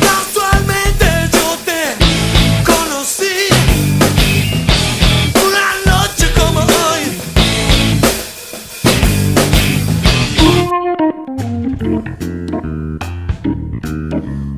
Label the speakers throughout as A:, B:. A: Casualmente yo te conocí una noche como hoy.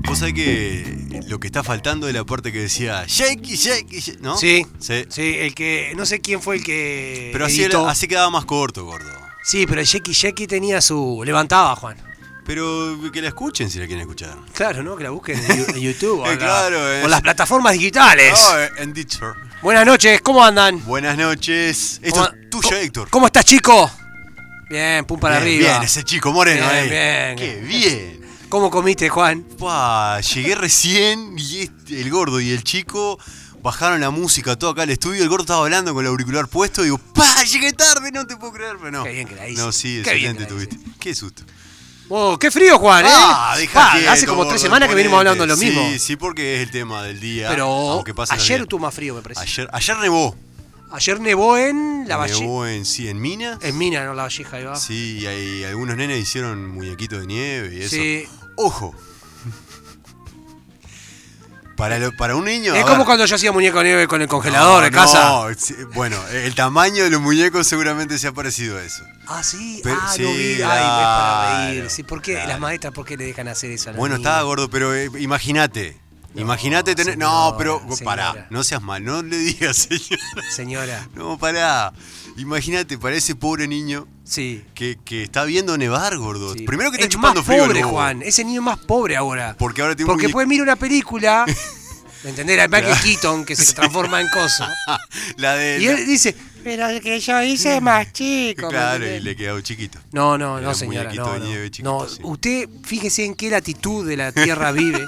B: Vos sabés que lo que está faltando es la parte que decía Shaky, Shaky, shake", ¿no?
C: Sí,
B: Sí.
C: sí, el que. No sé quién fue el que.
B: Pero así, era-
C: editó.
B: así quedaba más corto, gordo.
C: Sí, pero el Jackie Jackie tenía su. Levantaba, Juan.
B: Pero que la escuchen si la quieren escuchar.
C: Claro, ¿no? Que la busquen en Yu- en YouTube. o
B: Eh,
C: acá,
B: claro, es-
C: O las plataformas digitales.
B: Oh, eh, en Ditcher.
C: Buenas noches, ¿cómo andan?
B: Buenas noches. Esto
C: ¿Cómo-
B: es tuyo,
C: cómo-
B: Héctor.
C: ¿Cómo estás, chico? Bien, pum para
B: bien,
C: arriba.
B: bien, ese chico moreno
C: Bien,
B: ahí.
C: bien.
B: Qué bien.
C: ¿Cómo comiste, Juan?
B: Pua, llegué recién y este- el gordo y el chico bajaron la música todo acá al estudio. El gordo estaba hablando con el auricular puesto. Digo, ¡pa! Llegué tarde, no te puedo creer, pero no.
C: Qué bien que la hice.
B: No, sí,
C: Qué bien
B: excelente
C: que la hice.
B: tuviste. Qué susto.
C: Oh, qué frío, Juan, ¿eh?
B: Ah, deja
C: Pa,
B: quieto,
C: hace como tres
B: gordo,
C: semanas que venimos
B: ponete.
C: hablando lo mismo.
B: Sí, sí, porque es el tema del día.
C: pero
B: aunque pasen los
C: ayer
B: días.
C: tuvo más frío, me parece. Ayer,
B: Ayer, ayer nevó.
C: nevó en La Valleja.
B: nevó en, sí, en Minas.
C: En Mina, no La Valleja, ahí va.
B: Sí, y hay- algunos nenes hicieron muñequitos de nieve y eso.
C: Sí.
B: Ojo. Para, lo- para un niño.
C: Es
B: a
C: como
B: ver.
C: cuando yo hacía muñeco de nieve con el congelador de casa.
B: No, sí, bueno, el tamaño de los muñecos seguramente se ha parecido a eso.
C: Ah, sí,
B: Pero-
C: ah,
B: sí,
C: no vi. Ay, no es para reír.
B: claro,
C: Sí, ¿por qué?
B: claro.
C: Las maestras, ¿por qué le dejan hacer eso a los
B: Bueno,
C: niños?
B: estaba gordo, pero eh, imagínate. imagínate tener. no,
C: señora,
B: pero. Pará,
C: señora.
B: no seas mal, no le digas, señora.
C: Señora,
B: No, pará. Imagínate para ese pobre niño
C: sí.
B: que, que está viendo nevar, gordo.
C: sí.
B: Primero que está
C: es
B: chupando
C: más
B: frío el
C: pobre,
B: bobo.
C: Juan. Ese niño es más pobre ahora.
B: Porque ahora tiene un
C: Porque
B: muñe-
C: puede mirar una película, ¿me entendés? La de Michael Keaton, que se transforma en coso.
B: La de.
C: Y él dice, pero el que yo hice es más chico. ¿me
B: Claro, y
C: entendés?
B: le quedó chiquito.
C: No, no,
B: Era
C: no,
B: un
C: señora.
B: muñequito
C: No,
B: de nieve
C: no.
B: chiquito,
C: No,
B: sí.
C: usted fíjese en qué latitud de la Tierra vive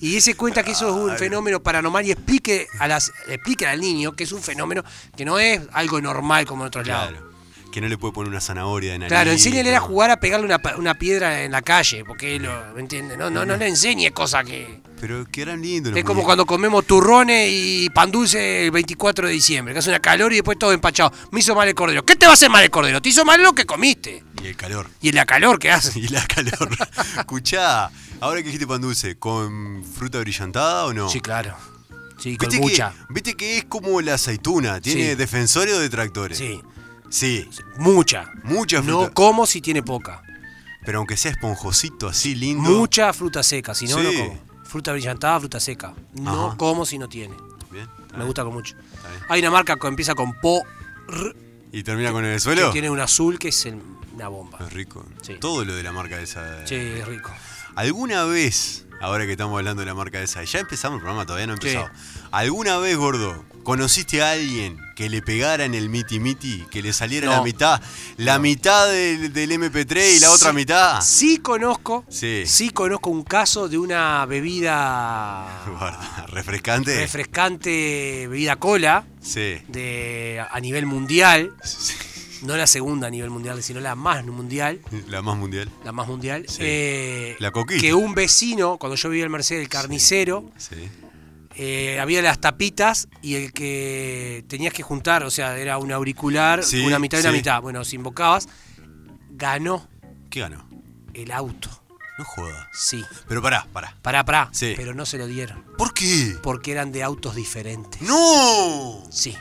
C: y se cuenta que eso es un fenómeno paranormal y explique, a las, explique al niño que es un fenómeno que no es algo normal como en otros lados.
B: Claro. Que no le puede poner una zanahoria de nariz.
C: Claro, enséñale a
B: ¿no?
C: jugar a pegarle una, pa- una piedra en la calle, porque lo, ¿me entiende? No, no, no le enseñe cosas que...
B: Pero que eran lindos. los
C: Es como
B: muñecos.
C: cuando comemos turrones y pan dulce el 24 de diciembre, que hace una calor y después todo empachado. Me hizo mal el cordero. ¿Qué te va a hacer mal el cordero? Te hizo mal lo que comiste.
B: Y el calor.
C: Y la calor que hace.
B: Y la calor. Escuchá, ahora que dijiste pan dulce, ¿con fruta brillantada o no?
C: Sí, claro. Sí, con
B: ¿Viste
C: mucha.
B: Que, Viste que es como la aceituna, tiene
C: Sí.
B: defensores o detractores.
C: Sí,
B: Sí,
C: mucha.
B: mucha fruta.
C: No como si tiene poca.
B: pero aunque sea esponjosito así lindo.
C: Mucha fruta seca, si no,
B: Sí.
C: no como. Fruta brillantada, fruta seca. No
B: Ajá.
C: como si no tiene.
B: Bien,
C: Me gusta con mucho.
B: bien.
C: Hay una marca que empieza con Po, r,
B: Y termina con el
C: que
B: suelo.
C: tiene un azul que es el- una bomba.
B: Es rico.
C: Sí.
B: Todo lo de la marca esa.
C: Sí, es rico.
B: ¿Alguna vez, ahora que estamos hablando de la marca esa, ya empezamos el programa, todavía no ha
C: Sí.
B: empezado. ¿Alguna vez, gordo, conociste a alguien que le pegara en el miti miti, que le saliera la
C: No.
B: mitad, la mitad del, del MP3 y la otra
C: Sí,
B: mitad?
C: Sí conozco,
B: Sí.
C: sí. conozco un caso de una bebida
B: Guarda, refrescante.
C: refrescante, bebida cola,
B: sí.
C: de, a nivel mundial.
B: Sí,
C: No la segunda a nivel mundial, sino la más mundial.
B: La más mundial.
C: la más mundial,
B: Sí.
C: eh,
B: La coquita.
C: que un vecino, cuando yo vivía en Mercedes, el carnicero,
B: Sí.
C: eh, había las tapitas y el que tenías que juntar, o sea, era un auricular,
B: Sí,
C: una mitad y una
B: sí.
C: mitad. Bueno, si invocabas, ganó
B: ¿Qué ganó?
C: el auto,
B: No joda.
C: sí.
B: Pero pará, pará.
C: Pará, pará,
B: Sí.
C: pero no se lo dieron,
B: ¿Por qué?
C: porque eran de autos diferentes.
B: ¡No!
C: Sí,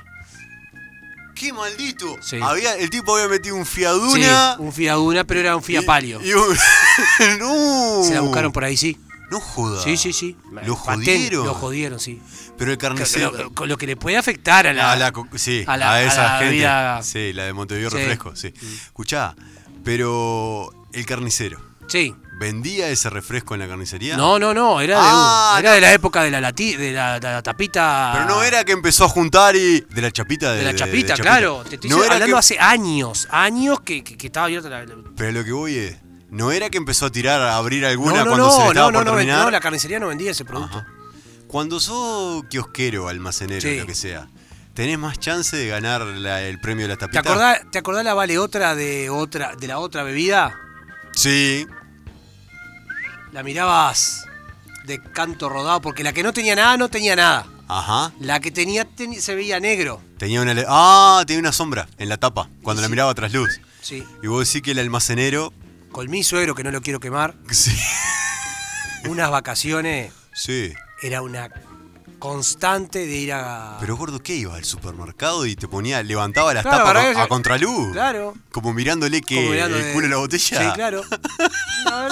B: ¡Qué maldito!
C: Sí.
B: Había, el tipo había metido un
C: sí,
B: Fiaduna.
C: un Fiat Duna, pero era un
B: y-
C: Fiat Palio.
B: y un- ¡No!
C: Se la buscaron por ahí, sí.
B: No joda.
C: Sí, sí, sí.
B: Ah, Lo
C: Patente,
B: jodieron.
C: Lo jodieron, sí.
B: Pero el carnicero.
C: Lo, lo- lo que le puede afectar a la...
B: a la co- sí, a,
C: a la- a
B: esa
C: la
B: gente.
C: vida-
B: Sí, la de Montevideo
C: Sí. Mm.
B: Refresco, sí. Escuchá, pero el carnicero,
C: Sí.
B: ¿vendía ese refresco en la carnicería?
C: No, no, no, era, de,
B: Ah,
C: un- era de la época de la, lati- de la, de la tapita.
B: Pero no era que empezó a juntar y. De la chapita de,
C: De la
B: de-
C: chapita,
B: de
C: claro. Te estoy
B: No era
C: hablando
B: que-
C: hace años, años que, que- que estaba abierta la. la-
B: Pero lo que voy es. No era que empezó a tirar, a abrir
C: No,
B: alguna
C: no, no,
B: cuando se le
C: no,
B: estaba
C: no,
B: por
C: no, ven-
B: terminar.
C: no, la carnicería no vendía ese producto.
B: Ajá. Cuando sos kiosquero, almacenero,
C: Sí.
B: lo que sea, tenés más chance de ganar la- el premio de las
C: ¿Te
B: tapitas.
C: acordás, ¿Te acordás la vale otra de otra de la otra bebida?
B: Sí.
C: La mirabas de canto rodado, porque la que no tenía nada, no tenía nada.
B: Ajá.
C: La que tenía teni- se veía negro.
B: Tenía una. le- Ah, tenía una sombra en la tapa cuando la
C: Sí.
B: miraba tras luz.
C: Sí.
B: Y vos decís que el almacenero.
C: Con mi suegro, que no lo quiero quemar,
B: Sí.
C: unas vacaciones
B: Sí.
C: era una constante de ir a.
B: Pero gordo, ¿qué iba? Al supermercado y te ponía, levantaba las
C: Claro,
B: tapas
C: para
B: a,
C: eso-
B: a contraluz.
C: Claro.
B: Como mirándole que
C: como mirando
B: el
C: de-
B: culo de la botella.
C: Sí, claro. A ver.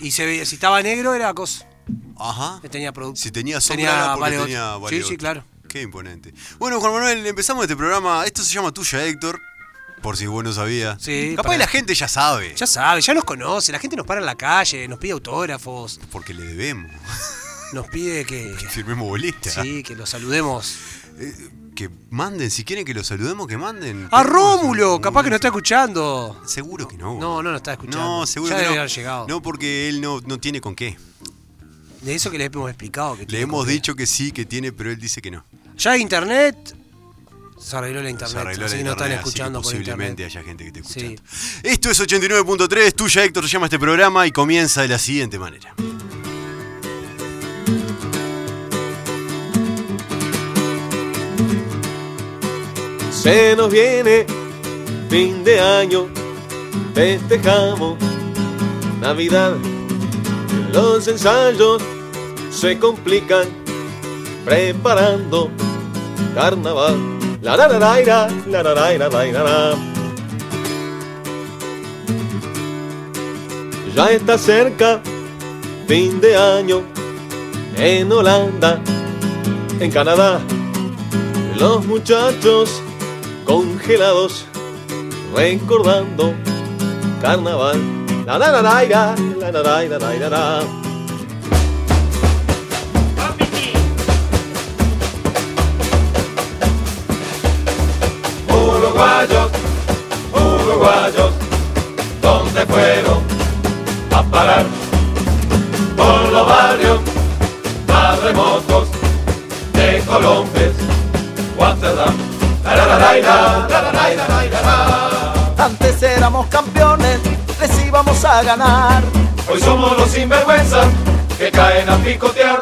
C: Y se veía, si estaba negro era cosa.
B: Ajá.
C: que Tenía producto.
B: Si tenía sombra
C: Tenía
B: era porque
C: vale
B: tenía
C: otro.
B: vale
C: Sí, sí,
B: otro.
C: claro.
B: Qué imponente. Bueno, Juan Manuel, empezamos este programa. Esto se llama Tuya, Héctor. Por si vos no sabías.
C: Sí,
B: Capaz
C: para-
B: la gente ya sabe.
C: Ya sabe, ya nos conoce, la gente nos para en la calle, nos pide autógrafos,
B: Porque le debemos.
C: nos pide que,
B: Firmemos boleta.
C: sí, que lo saludemos.
B: Eh, que manden, si quieren que lo saludemos, que manden.
C: A
B: Tenemos
C: Rómulo,
B: un-
C: capaz que
B: un-
C: no está escuchando.
B: Seguro que no.
C: No, no nos está escuchando.
B: No, seguro
C: Ya
B: que
C: debe
B: no.
C: haber llegado.
B: No, porque él no, no tiene con qué.
C: De eso que le hemos explicado. Que
B: Le
C: tiene
B: hemos
C: copia.
B: dicho que sí, que tiene, pero él dice que no.
C: Ya internet. Se arregló la internet.
B: Se arregló
C: así
B: la
C: que no están
B: internet, así que
C: escuchando por
B: Posiblemente
C: internet.
B: haya gente que esté
C: Sí.
B: escuchando. Esto es 89.3, tuya Héctor, se llama este programa y comienza de la siguiente manera.
D: Se nos viene fin de año, festejamos Navidad. Los ensayos se complican preparando carnaval. La la la la ira, la la la ira, la ira, la. Ya está cerca fin de año en Holanda, en Canadá. Los muchachos congelados recordando carnaval. La la la la ira, la la la ira, la ira, la. Uruguayos, uruguayos, ¿dónde fueron a parar? Por los barrios más remotos de Colombes, Guatemala. La la la la ira, la la la ira, la ira, la.
E: Antes éramos campeones, les íbamos a ganar.
D: Hoy somos los sinvergüenzas que caen a picotear.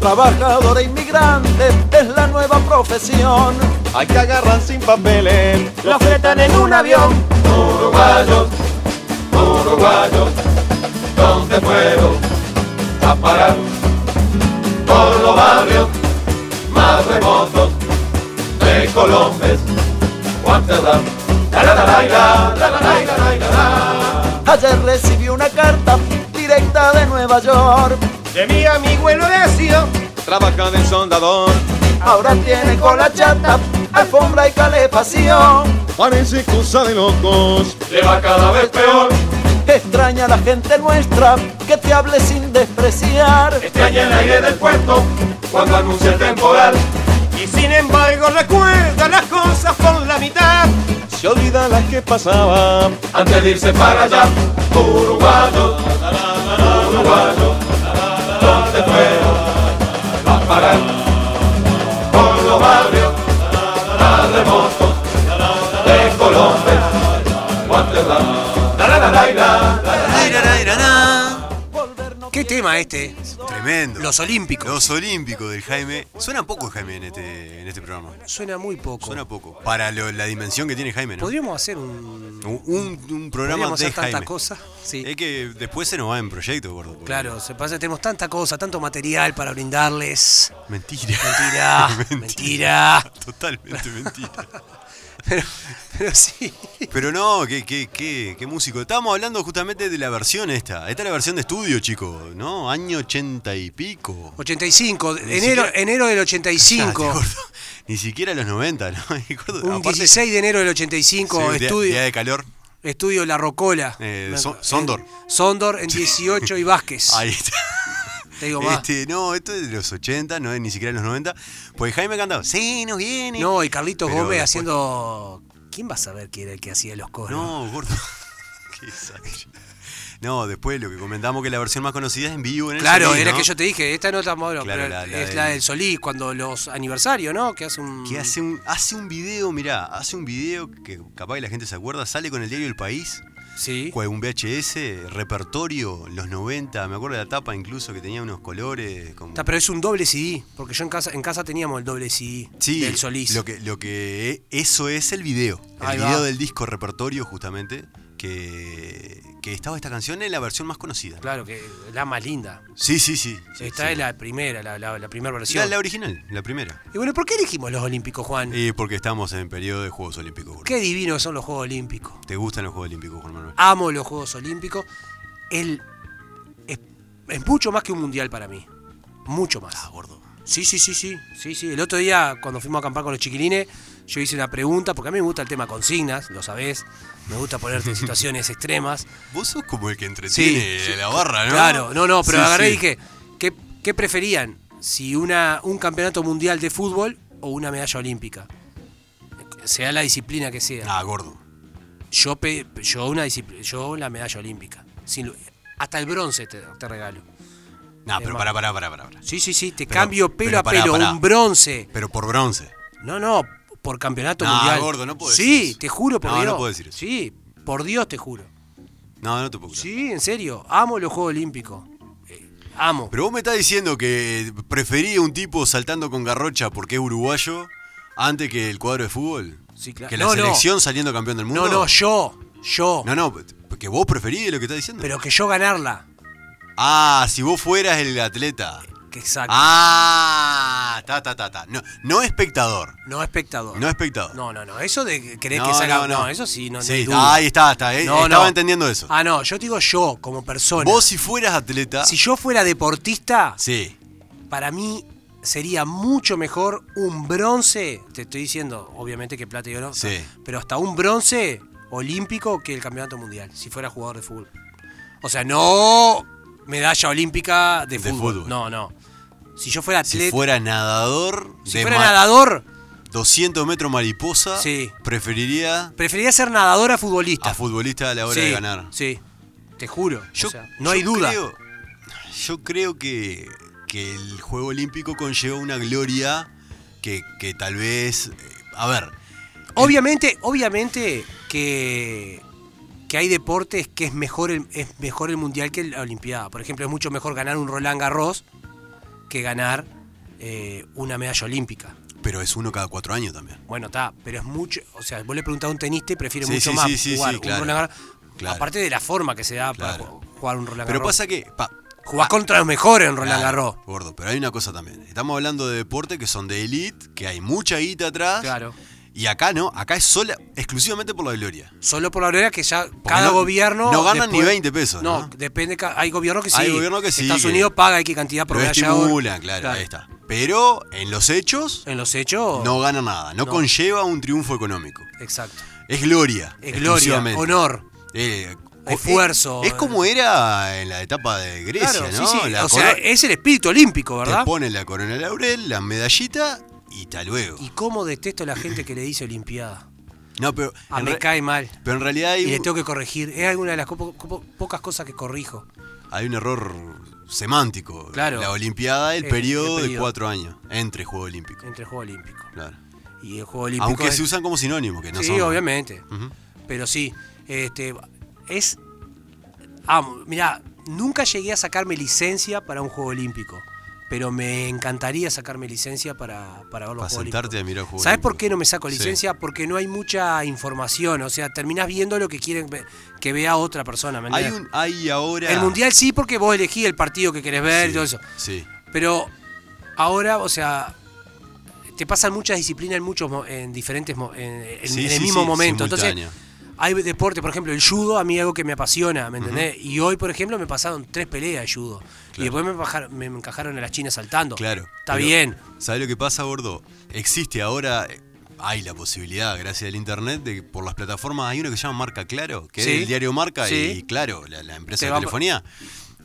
E: Trabajador e inmigrante es la nueva profesión.
D: Hay que agarrar sin papeles.
E: La fretan en un avión.
D: Uruguayos, uruguayos, ¿dónde fueron a parar? Por los barrios más remotos de Colombes, Guatemala. La la la la ira, la la la ira, la ira, la.
E: Ayer recibí una carta directa de Nueva York.
D: De mi amigo el Oresio Trabaja de soldador
E: Ahora tiene cola chata, alfombra y calefacción.
D: Parece cosa de locos Le va cada vez peor
E: Extraña a la gente nuestra que te hable sin despreciar.
D: Este año el aire del puerto Cuando anuncia el temporal Y sin embargo recuerda las cosas por la mitad Se olvida las que pasaban Antes de irse para allá Uruguayos, uruguayos ¿Dónde fueron a parar? Por los barrios más remotos De Colombia Guatemala La la la la la la
B: Tarararararán.
C: ¿Qué tema este?
B: Tremendo.
C: Los Olímpicos.
B: Los Olímpicos del Jaime. Suena poco Jaime en este, en este programa.
C: Suena muy poco.
B: Suena poco. Para lo- la dimensión que tiene Jaime, ¿no?
C: Podríamos hacer un.
B: Un, un- un programa
C: Podríamos
B: de
C: hacer tanta
B: Jaime. Eh.
C: cosa. Sí.
B: Es que después se nos va en proyecto, gordo. porque-
C: Claro, se pasa, tenemos tanta cosa, tanto material para brindarles.
B: Mentira.
C: Mentira, mentira.
B: Totalmente mentira.
C: Pero, pero sí.
B: Pero no, qué, qué, qué, qué músico. Estábamos hablando justamente de la versión esta. Esta es la versión de estudio, chico, ¿no? Año ochenta y pico.
C: 85, enero,
B: siquiera-
C: enero del
B: Ya,
C: 85.
B: te acuerdo. Ni siquiera los 90, ¿no? Me acuerdo.
C: Un
B: Aparte,
C: 16 de enero del
B: sí,
C: 85,
B: día-
C: estudio,
B: Día, de calor.
C: estudio La Rocola.
B: Eh,
C: Me-
B: Son- Sondor.
C: en- Sondor en 18 y Vázquez.
B: Ahí está.
C: Te digo más.
B: Este, no, esto es de los 80, no es ni siquiera de los 90. Pues Jaime cantaba, sí, nos viene.
C: No, y Carlitos
B: Pero
C: Gómez
B: después-
C: haciendo. ¿Quién va a saber quién era el que hacía los coros?
B: No, gordo. Qué desastre. No, después lo que comentamos que la versión más conocida es en vivo en el
C: Claro,
B: Solís,
C: era
B: ¿no?
C: que yo te dije, esta no estamos hablando,
B: Claro,
C: pero
B: la- la
C: es
B: del-
C: la del Solís, cuando los aniversarios, ¿no? Que hace un.
B: Que hace un, hace un video, mirá, hace un video que capaz que la gente se acuerda, sale con el diario El País
C: Sí.
B: Fue un VHS, repertorio, los 90, me acuerdo de la tapa incluso que tenía unos colores. Como...
C: Ta, pero es un doble CD, porque yo en casa, en casa teníamos el doble CD
B: Sí,
C: del Solís.
B: Lo que, lo que eh, eso es el video. El
C: Ahí va.
B: video del disco repertorio, justamente, que, que estaba esta canción en la versión más conocida.
C: Claro, que la más linda.
B: Sí, sí, sí. sí,
C: Esta
B: sí.
C: es la primera, la, la- la primera
B: La,
C: versión.
B: la original, la primera.
C: Y bueno, ¿por qué elegimos los Olímpicos, Juan?
B: Y porque estamos en periodo de Juegos Olímpicos. Bruno.
C: Qué divinos son los Juegos Olímpicos.
B: ¿Te gustan los Juegos Olímpicos, Juan Manuel?
C: Amo los Juegos Olímpicos. El, es, es mucho más que un mundial para mí. Mucho más.
B: gordo.
C: Sí, sí, sí, sí. Sí, sí. El otro día, cuando fuimos a acampar con los chiquilines, yo hice una pregunta, porque a mí me gusta el tema consignas, lo sabés. Me gusta ponerte en situaciones extremas.
B: Vos sos como el que entretiene
C: sí.
B: la barra, ¿no?
C: Claro, no, no, pero
B: Sí,
C: agarré
B: sí.
C: y dije, ¿qué, qué preferían? Si una, un campeonato mundial de fútbol o una medalla olímpica. Sea la disciplina que sea.
B: Ah, gordo.
C: Yo, pe- yo, una discipli- yo la medalla olímpica. Sin lu- hasta el bronce te, te regalo.
B: Nah, pero
C: más.
B: pará, pará, pará, pará. pará.
C: Sí, sí, sí, te
B: Pero-
C: cambio pelo
B: pero
C: a
B: pará,
C: pelo,
B: pará.
C: un bronce.
B: Pero por bronce.
C: No, no, por campeonato
B: No,
C: mundial.
B: gordo, no puedo
C: Sí,
B: decir eso.
C: te juro por
B: No, no
C: Dios.
B: puedo decir eso.
C: Sí, por Dios te juro.
B: No, no te puedo creer.
C: Sí, en serio, amo los Juegos Olímpicos. Eh, amo.
B: Pero vos me estás diciendo que preferí un tipo saltando con garrocha porque es uruguayo antes que el cuadro de fútbol.
C: Sí, claro.
B: Que la
C: No, no.
B: selección saliendo campeón del mundo.
C: No, no, yo, yo.
B: No, no, que vos preferís lo que estás diciendo.
C: Pero que yo ganarla.
B: Ah, si vos fueras el atleta.
C: Que exacto.
B: Ah, ta, ta, ta, ta. No, no espectador.
C: No espectador.
B: No espectador.
C: No, no, no. Eso de querer que salga. No, eso sí, no, no hay
B: Sí,
C: duda.
B: ahí está, está. eh,
C: No,
B: estaba
C: no.
B: entendiendo eso.
C: Ah, no, yo te digo yo, como persona.
B: Vos si fueras atleta.
C: Si yo fuera deportista,
B: Sí.
C: para mí sería mucho mejor un bronce, te estoy diciendo, obviamente que plata y oro,
B: Sí.
C: pero hasta un bronce olímpico que el campeonato mundial, si fuera jugador de fútbol. O sea, no medalla olímpica de,
B: De
C: fútbol.
B: fútbol.
C: No, no. Si yo fuera atleta,
B: Si fuera nadador
C: si
B: de
C: fuera
B: ma-
C: nadador,
B: 200 metros mariposa,
C: Sí.
B: preferiría
C: preferiría ser nadadora futbolista.
B: a futbolista a la hora
C: sí,
B: de ganar.
C: Sí. Te juro. o
B: Yo-
C: sea, no
B: yo
C: hay duda.
B: creo- yo creo que, que el Juego Olímpico conlleva una gloria que, que tal vez. eh, A ver,
C: Obviamente, obviamente que, que hay deportes que es mejor, el, es mejor el mundial que la olimpiada. Por ejemplo, es mucho mejor ganar un Roland Garros que ganar eh, una medalla olímpica.
B: pero es uno cada cuatro años también.
C: Bueno, está, pero es mucho, o sea, vos le preguntás a un tenista y prefiere
B: Sí,
C: mucho
B: sí,
C: más
B: sí, sí,
C: jugar
B: sí,
C: un
B: claro.
C: Roland Garros.
B: Claro.
C: Aparte de la forma que se da para
B: Claro.
C: ju- jugar un Roland
B: Pero
C: Garros.
B: pasa que. pa-
C: Jugás contra los mejores en Roland
B: claro,
C: Garros.
B: Gordo, pero hay una cosa también. Estamos hablando de deportes que son de elite, que hay mucha guita atrás.
C: Claro.
B: Y acá no, acá es sola, exclusivamente por la gloria.
C: Solo por la gloria que ya cada
B: no-
C: gobierno.
B: no ganan ni 20 pesos,
C: No,
B: ¿no?
C: depende. ca- Hay gobierno que sí.
B: Hay gobierno que sí,
C: Estados
B: que-
C: Unidos paga X cantidad por
B: Lo
C: medalla de oro.
B: estimulan, claro, ahí está. Pero en los hechos
C: En los hechos.
B: no gana nada, no,
C: No.
B: conlleva un triunfo económico.
C: Exacto.
B: Es gloria.
C: Es gloria,
B: exclusivamente.
C: honor.
B: Eh,
C: Esfuerzo.
B: Es, es como era en la etapa de Grecia,
C: Claro,
B: ¿no?
C: sí, sí.
B: La
C: o sea,
B: corona-
C: es el espíritu olímpico,
B: te
C: ¿verdad?
B: ponen la corona de laurel, la medallita y tal luego.
C: Y cómo detesto a la gente que le dice Olimpiada.
B: no, pero,
C: Ah,
B: en
C: me
B: re-
C: cae mal.
B: pero en realidad hay,
C: Y le
B: un-
C: tengo que corregir. Es alguna de las co- co- pocas cosas que corrijo.
B: hay un error semántico.
C: Claro.
B: La Olimpiada, el,
C: El- el
B: periodo de
C: periodo.
B: cuatro años entre Juego Olímpico.
C: Entre el Juego Olímpico.
B: Claro.
C: Y el Juego Olímpico.
B: Aunque
C: es-
B: se usan como sinónimos, que no
C: sí,
B: son.
C: obviamente.
B: Ujú.
C: Pero sí, este, es. Amo. Mirá, nunca llegué a sacarme licencia para un juego olímpico. Pero me encantaría sacarme licencia para, para ver los
B: Para
C: Juegos
B: sentarte
C: Olímpicos.
B: a mirar el Juego
C: ¿Sabes
B: Olímpico?
C: por qué no me saco
B: Sí.
C: licencia? Porque no hay mucha información. O sea, terminás viendo lo que quieren ve- que vea otra persona. ¿me
B: Hay,
C: entendés?
B: un, hay ahora.
C: El mundial sí, porque vos elegís el partido que querés ver
B: Sí,
C: y todo eso.
B: Sí.
C: Pero ahora, o sea, te pasan muchas disciplinas en muchos mo- en diferentes mo- en, en-
B: Sí,
C: en
B: sí,
C: el mismo
B: sí,
C: momento.
B: simultáneo.
C: Entonces, hay deporte, por ejemplo, el judo a mí es algo que me apasiona, ¿me entendés? Y hoy, por ejemplo, me pasaron tres peleas de judo. Y después me, bajaron- me encajaron a las chinas saltando.
B: Claro.
C: Está
B: pero,
C: bien.
B: ¿Sabes lo que pasa, gordo? Existe ahora, eh, hay la posibilidad, gracias al internet, de que por las plataformas, hay uno que se llama Marca Claro, que
C: Sí.
B: es el diario Marca
C: Sí.
B: y Claro, la, la empresa
C: Te
B: de
C: va-
B: telefonía,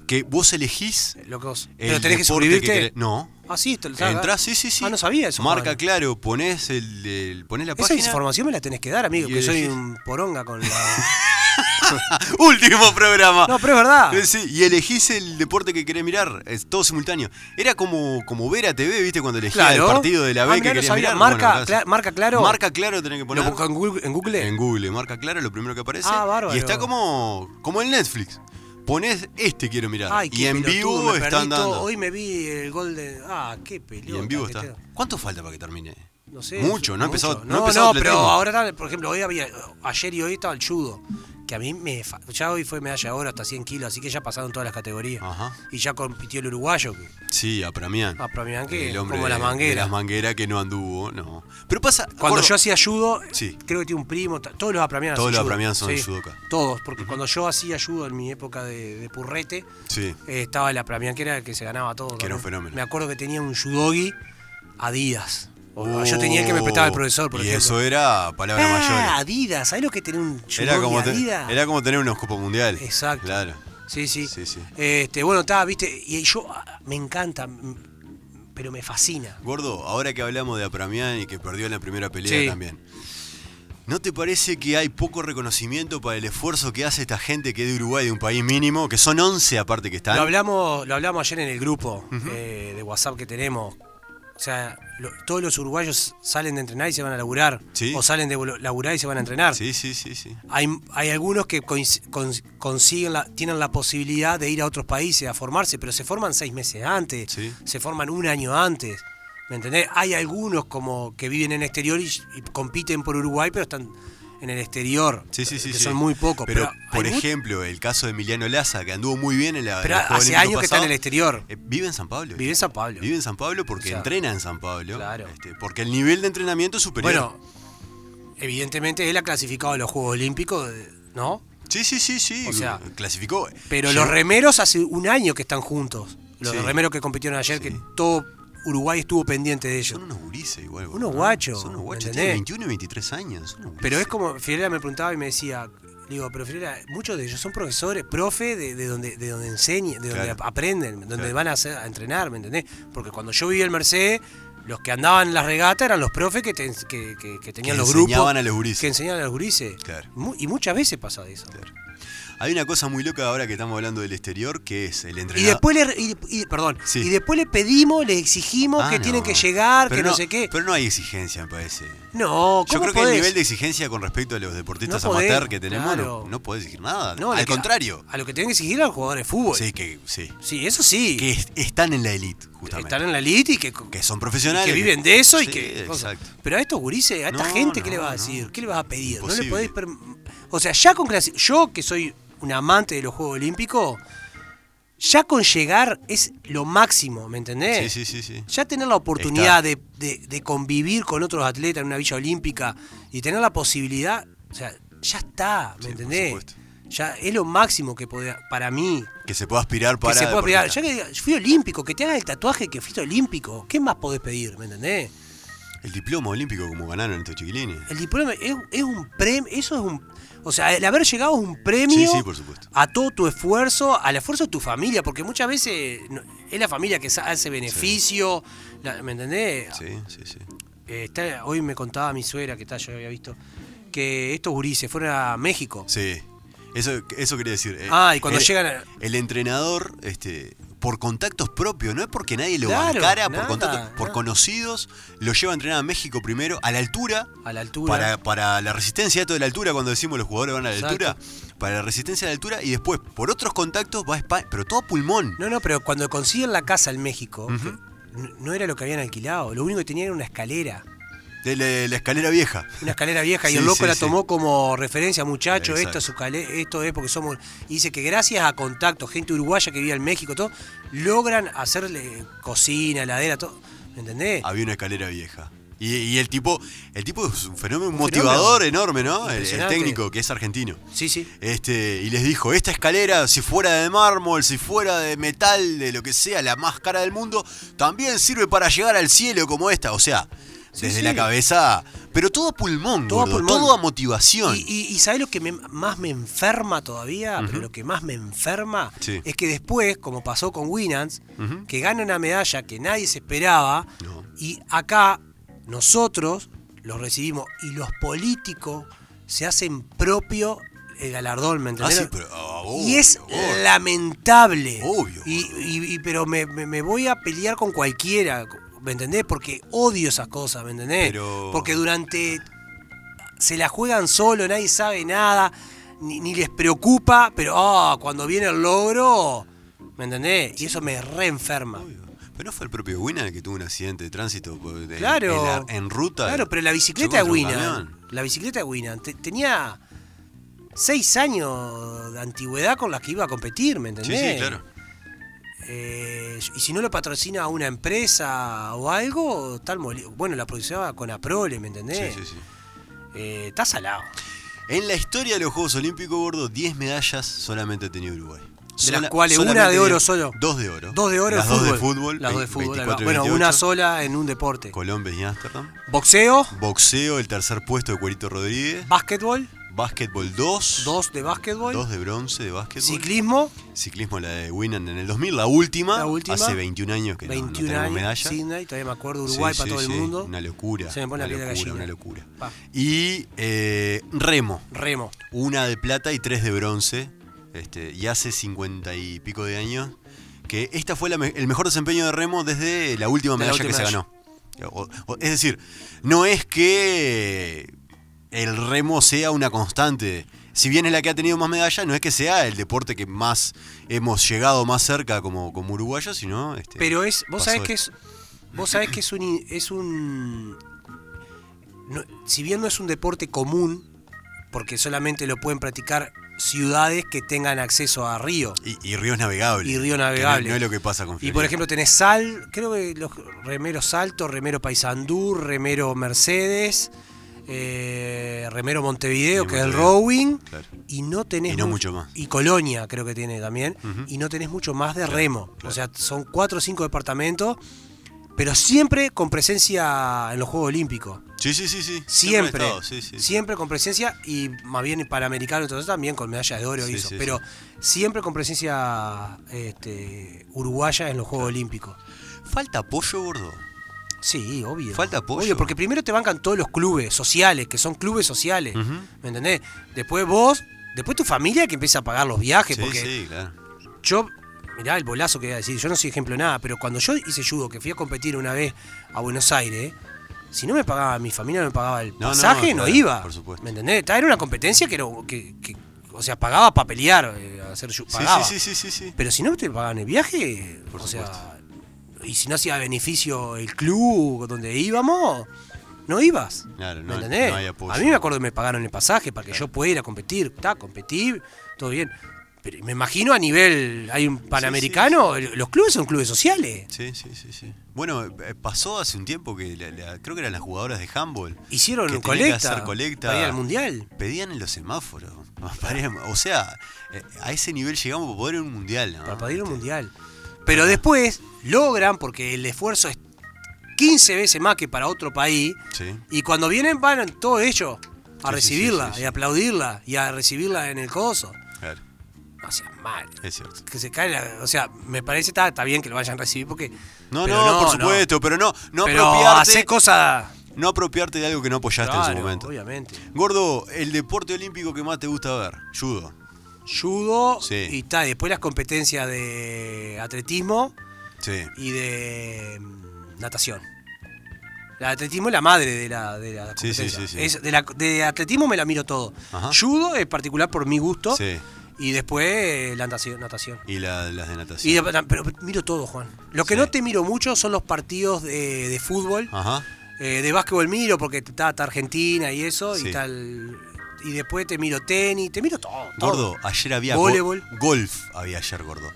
B: que vos elegís
C: Lo que vos-
B: el
C: Pero tenés que
B: deporte
C: suscribirte.
B: querés- No.
C: Ah, sí, te lo
B: Entrás, sí, sí, sí.
C: Ah, no sabía eso.
B: Marca
C: Juan.
B: Claro, ponés, el, el- ponés la
C: Esa
B: página.
C: información me la tenés que dar, amigo,
B: Y
C: que soy
B: elegís.
C: un poronga con la.
B: Último programa.
C: No, pero es verdad.
B: Eh, sí, y elegís el deporte que querés mirar, es todo simultáneo. Era como, como ver a TV, ¿viste? Cuando elegías
C: Claro.
B: el partido de la B
C: Ah,
B: que
C: mirá, no
B: querías
C: sabía.
B: mirar.
C: Marca
B: Bueno, acá-
C: cla- marca claro.
B: Marca claro tenés que
C: ¿Lo
B: poner.
C: busco en Google? en Google?
B: En Google, marca claro lo primero que aparece.
C: Ah, bárbaro.
B: Y está como, como en Netflix. Ponés este quiero mirar.
C: Ay,
B: y
C: qué
B: en
C: pelotudo,
B: vivo
C: me
B: están
C: perdí todo.
B: dando.
C: Hoy me vi el gol de. Ah, qué pelota.
B: y en vivo
C: que
B: está.
C: tengo.
B: ¿Cuánto falta para que termine?
C: No sé.
B: Mucho, no ha empezado- no ha
C: No, no,
B: empezado
C: pero
B: atletismo.
C: ahora, está- por ejemplo, hoy había, ayer y hoy estaba el judo. Que a mí me. fa- Ya hoy fue medalla de oro hasta 100 kilos, así que ya pasaron todas las categorías.
B: Ajá.
C: Y ya compitió el uruguayo. que-
B: Sí, a Pramián.
C: A Pramián, que
B: El hombre
C: Ah, como
B: de,
C: las mangueras.
B: de las mangueras que no anduvo, no. Pero pasa.
C: Cuando
B: gordo,
C: yo hacía judo,
B: Sí.
C: creo que tiene un primo, ta- todos los apramianos
B: Todos
C: hacen
B: los
C: judo,
B: apramianos son judoka.
C: Todos, porque cuando yo hacía judo en mi época de, de purrete,
B: Sí.
C: eh, estaba el apramian que era el que se ganaba todo.
B: Que era un
C: ¿no?
B: fenómeno.
C: Me acuerdo que tenía un judogi Adidas. O- yo tenía el que me prestaba el profesor, por
B: Oh, Y
C: ejemplo.
B: eso era palabra
C: ah,
B: mayor.
C: Adidas, ¿sabes lo que tenía un judogi
B: Era como, te-
C: Adidas?
B: era como tener unos copos mundiales.
C: Exacto.
B: Claro.
C: Sí, sí.
B: Sí, sí.
C: Este, bueno, está, viste, y yo ah, me encanta, mm, pero me fascina.
B: Gordo, ahora que hablamos de Apramián y que perdió en la primera pelea
C: Sí.
B: también. ¿No te parece que hay poco reconocimiento para el esfuerzo que hace esta gente que es de Uruguay, de un país mínimo, que son 11 aparte que están?
C: Lo hablamos, lo hablamos ayer en el grupo eh, de WhatsApp que tenemos. O sea, lo- todos los uruguayos salen de entrenar y se van a laburar.
B: Sí.
C: O salen de vol- laburar y se van a entrenar.
B: Sí, sí, sí, sí.
C: Hay, hay algunos que coinc- cons- consiguen la- tienen la posibilidad de ir a otros países a formarse, pero se forman seis meses antes,
B: Sí.
C: se forman un año antes. ¿Me entendés? Hay algunos como que viven en el exterior y, y compiten por Uruguay, pero están en el exterior.
B: Sí, sí, sí.
C: que
B: sí.
C: Son muy pocos.
B: Pero,
C: hay
B: por
C: mu-
B: ejemplo, el caso de Emiliano Laza, que anduvo muy bien en la. en
C: pero
B: los Juegos
C: hace
B: Olímpicos
C: años que están en el
B: pasados.
C: exterior.
B: Eh, vive en San Pablo.
C: Vive en San Pablo.
B: Vive en San Pablo porque
C: O sea,
B: entrena en San Pablo.
C: claro.
B: este, porque el nivel de entrenamiento es superior.
C: Bueno, evidentemente él ha clasificado a los Juegos Olímpicos, eh, ¿no?
B: sí, sí, sí, sí.
C: o sea,
B: clasificó.
C: Pero
B: Llegó-
C: los remeros hace un año que están juntos. Los
B: Sí.
C: remeros que compitieron ayer,
B: Sí.
C: que todo Uruguay estuvo pendiente de ellos.
B: Son unos gurises igual. boludo,
C: Unos
B: ¿no?
C: guachos,
B: Son unos
C: ¿me
B: guachos.
C: entendés?
B: Tienen 21 y 23 años. son unos
C: Pero
B: gurises.
C: es como, Fiorella me preguntaba y me decía, le digo, pero Fiorella, muchos de ellos son profesores, profe de, de donde, de donde enseñan, de donde
B: Claro.
C: aprenden, donde
B: Claro.
C: van a, hacer- a entrenar, ¿me entendés? Porque cuando yo vivía el Mercedes, los que andaban en las regatas eran los profes que, te- que, que- que tenían
B: Que
C: los grupos.
B: enseñaban a los gurises.
C: Que enseñaban a los gurises.
B: Claro.
C: Mu- Y muchas veces pasa de eso.
B: Hay una cosa muy loca ahora que estamos hablando del exterior, que es el
C: Y
B: entrenador.
C: después, le, y, y- perdón,
B: Sí.
C: y después le pedimos, le exigimos
B: Ah,
C: que
B: no.
C: tienen que llegar,
B: Pero
C: que no, sé qué.
B: Pero no hay exigencia, me parece.
C: no, ¿cómo
B: Yo creo que
C: podés?
B: el nivel de exigencia con respecto a los deportistas
C: No podés,
B: amateur que tenemos
C: claro.
B: no, no podés decir nada.
C: No,
B: Al
C: lo que-
B: contrario.
C: A, lo que tienen que exigir a los jugadores de fútbol.
B: Sí, que, sí.
C: Sí, eso sí.
B: que es- están en la elite, justamente.
C: Están en la elite y que,
B: Que son profesionales.
C: que viven de eso y
B: Sí,
C: que. cosas.
B: Exacto.
C: Pero a estos gurises, a esta
B: No,
C: gente, ¿qué
B: no,
C: le vas a
B: no.
C: decir? ¿Qué le vas a pedir? No le
B: Imposible.
C: podés. per- O sea, ya con clasi- Yo, que soy un amante de los Juegos Olímpicos, ya con llegar es lo máximo, ¿me entendés?
B: Sí, sí, sí, sí.
C: Ya tener la oportunidad
B: Está.
C: de, de- de convivir con otros atletas en una villa olímpica y tener la posibilidad, o sea, ya está, ¿me
B: Sí, por
C: entendés?
B: supuesto.
C: Ya es lo máximo que podía, para mí,
B: Que se pueda aspirar
C: que
B: para.
C: se pueda pegar.
B: deportista.
C: Ya que diga, fui olímpico, que te hagan el tatuaje que fuiste olímpico. ¿Qué más podés pedir? ¿Me entendés?
B: El diploma olímpico como ganaron estos chiquilines.
C: El diploma es, es un premio, eso es un. O sea, el haber llegado es un premio
B: Sí, sí, por supuesto.
C: a todo tu esfuerzo, al esfuerzo de tu familia, porque muchas veces no- es la familia que sa- hace beneficio, la- ¿me entendés?
B: Sí, sí, sí.
C: Eh, está- hoy me contaba mi suegra, que está, yo había visto, que estos gurises fueron a México.
B: Sí. Eso, eso quería decir. eh,
C: Ah, y cuando
B: el-
C: llegan a-
B: El entrenador, este, por contactos propios, no es porque nadie lo
C: Claro,
B: bancara,
C: nada,
B: por contactos, por
C: nada.
B: conocidos, lo lleva a entrenar a México primero, a la altura.
C: A la altura.
B: Para, para la resistencia esto de la altura, cuando decimos los jugadores van a la
C: Exacto.
B: altura, para la resistencia de la altura y después por otros contactos va a España, pero todo a pulmón.
C: No, no, pero cuando consiguen la casa en México, que n- no era lo que habían alquilado, lo único que tenían era una escalera.
B: De la, la escalera vieja.
C: Una escalera vieja y
B: Sí,
C: el loco
B: sí,
C: la
B: sí.
C: tomó como referencia, muchacho, esto
B: Exacto.
C: es, su cale- esto es porque somos... Y dice que gracias a contactos, gente uruguaya que vivía en México, todo, logran hacerle cocina, heladera, todo. ¿Me entendés?
B: Había una escalera vieja. Y, y el tipo, el tipo es un fenómeno motivador enorme, ¿no? El- El,
C: Impresionante.
B: técnico, que es argentino.
C: Sí, sí.
B: Este, y les dijo, esta escalera, si fuera de mármol, si fuera de metal, de lo que sea, la más cara del mundo, también sirve para llegar al cielo como esta. O sea, desde
C: sí.
B: la cabeza. Pero todo a pulmón,
C: Todo
B: todo,
C: a pulmón.
B: todo a motivación.
C: Y, y, ¿sabes lo que me- más me enferma todavía? Pero lo que más me enferma
B: Sí.
C: es que después, como pasó con Winans, que gana una medalla que nadie se esperaba,
B: No.
C: y acá nosotros los recibimos y los políticos se hacen propio el galardón, ¿me entendés?
B: Ah, sí, pero, ah, obvio,
C: y es eh,
B: obvio.
C: lamentable.
B: Obvio,
C: Y,
B: boludo.
C: y- y- pero me, me- me voy a pelear con cualquiera, ¿me entendés? Porque odio esas cosas, ¿me entendés?
B: Pero-
C: Porque durante... Se la juegan solo, nadie sabe nada, ni, ni les preocupa, pero ah, cuando viene el logro, ¿me entendés? Y eso me reenferma.
B: Pero no fue el propio Winner el que tuvo un accidente de tránsito por- en,
C: Claro.
B: en, la- en ruta.
C: Claro, pero la bicicleta de
B: Chocó contra un
C: Winan.
B: camión.
C: La bicicleta de Winan. te- tenía seis años de antigüedad con las que iba a competir, ¿me
B: Sí,
C: entendés?
B: sí, claro.
C: Eh, y si no lo patrocina una empresa o algo, tal moli- bueno, la producía con Aprole, ¿me
B: Sí,
C: entendés?
B: sí, sí.
C: Eh, está salado.
B: En la historia de los Juegos Olímpicos, gordo, 10 medallas solamente ha tenido Uruguay.
C: De las cuales una
B: solamente
C: de oro
B: diez-
C: solo.
B: Dos de oro.
C: Dos de oro
B: Las
C: en
B: dos
C: fútbol.
B: de fútbol.
C: Las dos de
B: vein-
C: fútbol. ahí va.
B: 24 y
C: Bueno, una
B: 28.
C: sola en un deporte.
B: Colombia y Ámsterdam.
C: Boxeo,
B: Boxeo, el tercer puesto de Cuerito Rodríguez.
C: básquetbol,
B: Básquetbol 2.
C: dos de básquetbol,
B: Dos de bronce de básquetbol.
C: ciclismo,
B: Ciclismo, la de Winan en el 2000. La última.
C: La última.
B: Hace 21 años que no-
C: 21
B: no, tenemos
C: años,
B: medalla.
C: Sydney, todavía me acuerdo,
B: Sí,
C: Uruguay para
B: sí,
C: todo
B: sí,
C: el mundo.
B: Una locura.
C: Se me pone la
B: una
C: piel de
B: locura,
C: gallina.
B: Una locura.
C: Pa.
B: Y eh, remo.
C: Remo.
B: Una de plata y tres de bronce. Este, y hace 50 y pico de años. Que esta fue la me- el mejor desempeño de remo desde la última
C: De la
B: medalla que
C: última
B: se
C: medalla.
B: ganó. O- o- es decir, no es que el remo sea una constante. Si bien es la que ha tenido más medallas, no es que sea el deporte que más hemos llegado más cerca como, como uruguayos, sino. este,
C: Pero es, vos
B: pasó
C: sabés
B: de-
C: que es, vos sabés que es un, in- es un, no- si bien no es un deporte común, porque solamente lo pueden practicar ciudades que tengan acceso a río
B: Y, y ríos navegables.
C: y río
B: que no-
C: navegable.
B: No, es lo que pasa con
C: Y
B: Florida.
C: por ejemplo tenés Sal, creo que los remeros Salto, remero Paisandú, remero Mercedes, eh, remero Montevideo,
B: Y
C: que es el
B: Montevideo,
C: rowing,
B: claro.
C: y no tenés
B: Y no
C: mu-
B: mucho más.
C: Y Colonia creo que tiene también, y no tenés mucho más de remo. O sea, son cuatro o cinco departamentos, pero siempre con presencia en los Juegos Olímpicos.
B: Sí, sí, sí, sí.
C: Siempre,
B: ha estado, sí, sí, sí.
C: siempre con presencia y más bien Panamericano entonces también con medallas de oro
B: Sí,
C: hizo,
B: sí,
C: pero siempre con presencia este, uruguaya en los Juegos Olímpicos.
B: Falta apoyo, gordo.
C: Sí, obvio.
B: Falta apoyo.
C: Obvio, porque primero te bancan todos los clubes sociales, que son clubes sociales. ¿Me entendés? Después vos, después tu familia que empieza a pagar los viajes.
B: Sí,
C: porque
B: sí, claro.
C: yo, mirá el bolazo que voy a decir, yo no soy ejemplo de nada, pero cuando yo hice judo, que fui a competir una vez a Buenos Aires, si no me pagaba, mi familia no me pagaba el
B: no,
C: pasaje, no,
B: claro,
C: iba.
B: por supuesto.
C: ¿Me entendés? Era una competencia que, era- que, que- o sea, pagaba para pelear, eh, hacer judo.
B: Sí,
C: pagaba.
B: Sí, sí, sí, sí, sí.
C: Pero si no te pagaban el viaje,
B: Por
C: o sea, y si no hacía beneficio el club donde íbamos, no ibas.
B: Claro,
C: ¿me
B: no-
C: entendés?
B: no hay apoyo.
C: A mí me acuerdo que me pagaron el pasaje para que yo pueda ir a competir, está, competir, todo bien. Pero me imagino a nivel, hay un panamericano, el- los clubes son clubes sociales.
B: Sí, sí, sí, sí. Bueno, eh, pasó hace un tiempo que la- la- creo que eran las jugadoras de handball.
C: Hicieron
B: que
C: un
B: tenían que
C: colecta,
B: hacer colecta.
C: para ir al mundial.
B: Pedían en los semáforos. Para ir a- O sea, eh, a ese nivel llegamos para poder ir a un mundial. ¿no?
C: para pedir un mundial. Pero después logran, porque el esfuerzo es 15 veces más que para otro país,
B: Sí.
C: y cuando vienen van todos ellos a
B: Sí, sí, sí,
C: recibirla,
B: sí, sí.
C: y a aplaudirla, y a recibirla en el coso.
B: Claro,
C: No seas mal.
B: es cierto.
C: Que se cae la- o sea, me parece está está bien que lo vayan a recibir porque.
B: No,
C: pero
B: no, por supuesto, pero no, no
C: pero
B: apropiarte.
C: hace cosas.
B: No apropiarte de algo que no apoyaste en
C: Claro,
B: su momento.
C: obviamente.
B: Gordo, el deporte olímpico que más te gusta ver, judo.
C: Judo
B: Sí.
C: y tal. Después las competencias de atletismo.
B: Sí.
C: y de mm, natación. El atletismo es la madre de la, de la
B: Sí, sí,
C: competencia.
B: sí, sí.
C: Es- de, la- de atletismo me la miro todo.
B: Ajá.
C: Judo en particular por mi gusto.
B: Sí.
C: Y después eh, la natación. natación.
B: Y la- las de natación.
C: Y de- pero miro todo, Juan. Lo que
B: Sí.
C: no te miro mucho son los partidos de, de fútbol.
B: Ajá.
C: Eh, de básquetbol miro porque está, está Argentina y eso.
B: Sí.
C: Y tal. Y después te miro tenis. Te miro todo. todo.
B: Gordo, ayer había go-
C: Oh. Voleibol.
B: golf. Había ayer, gordo.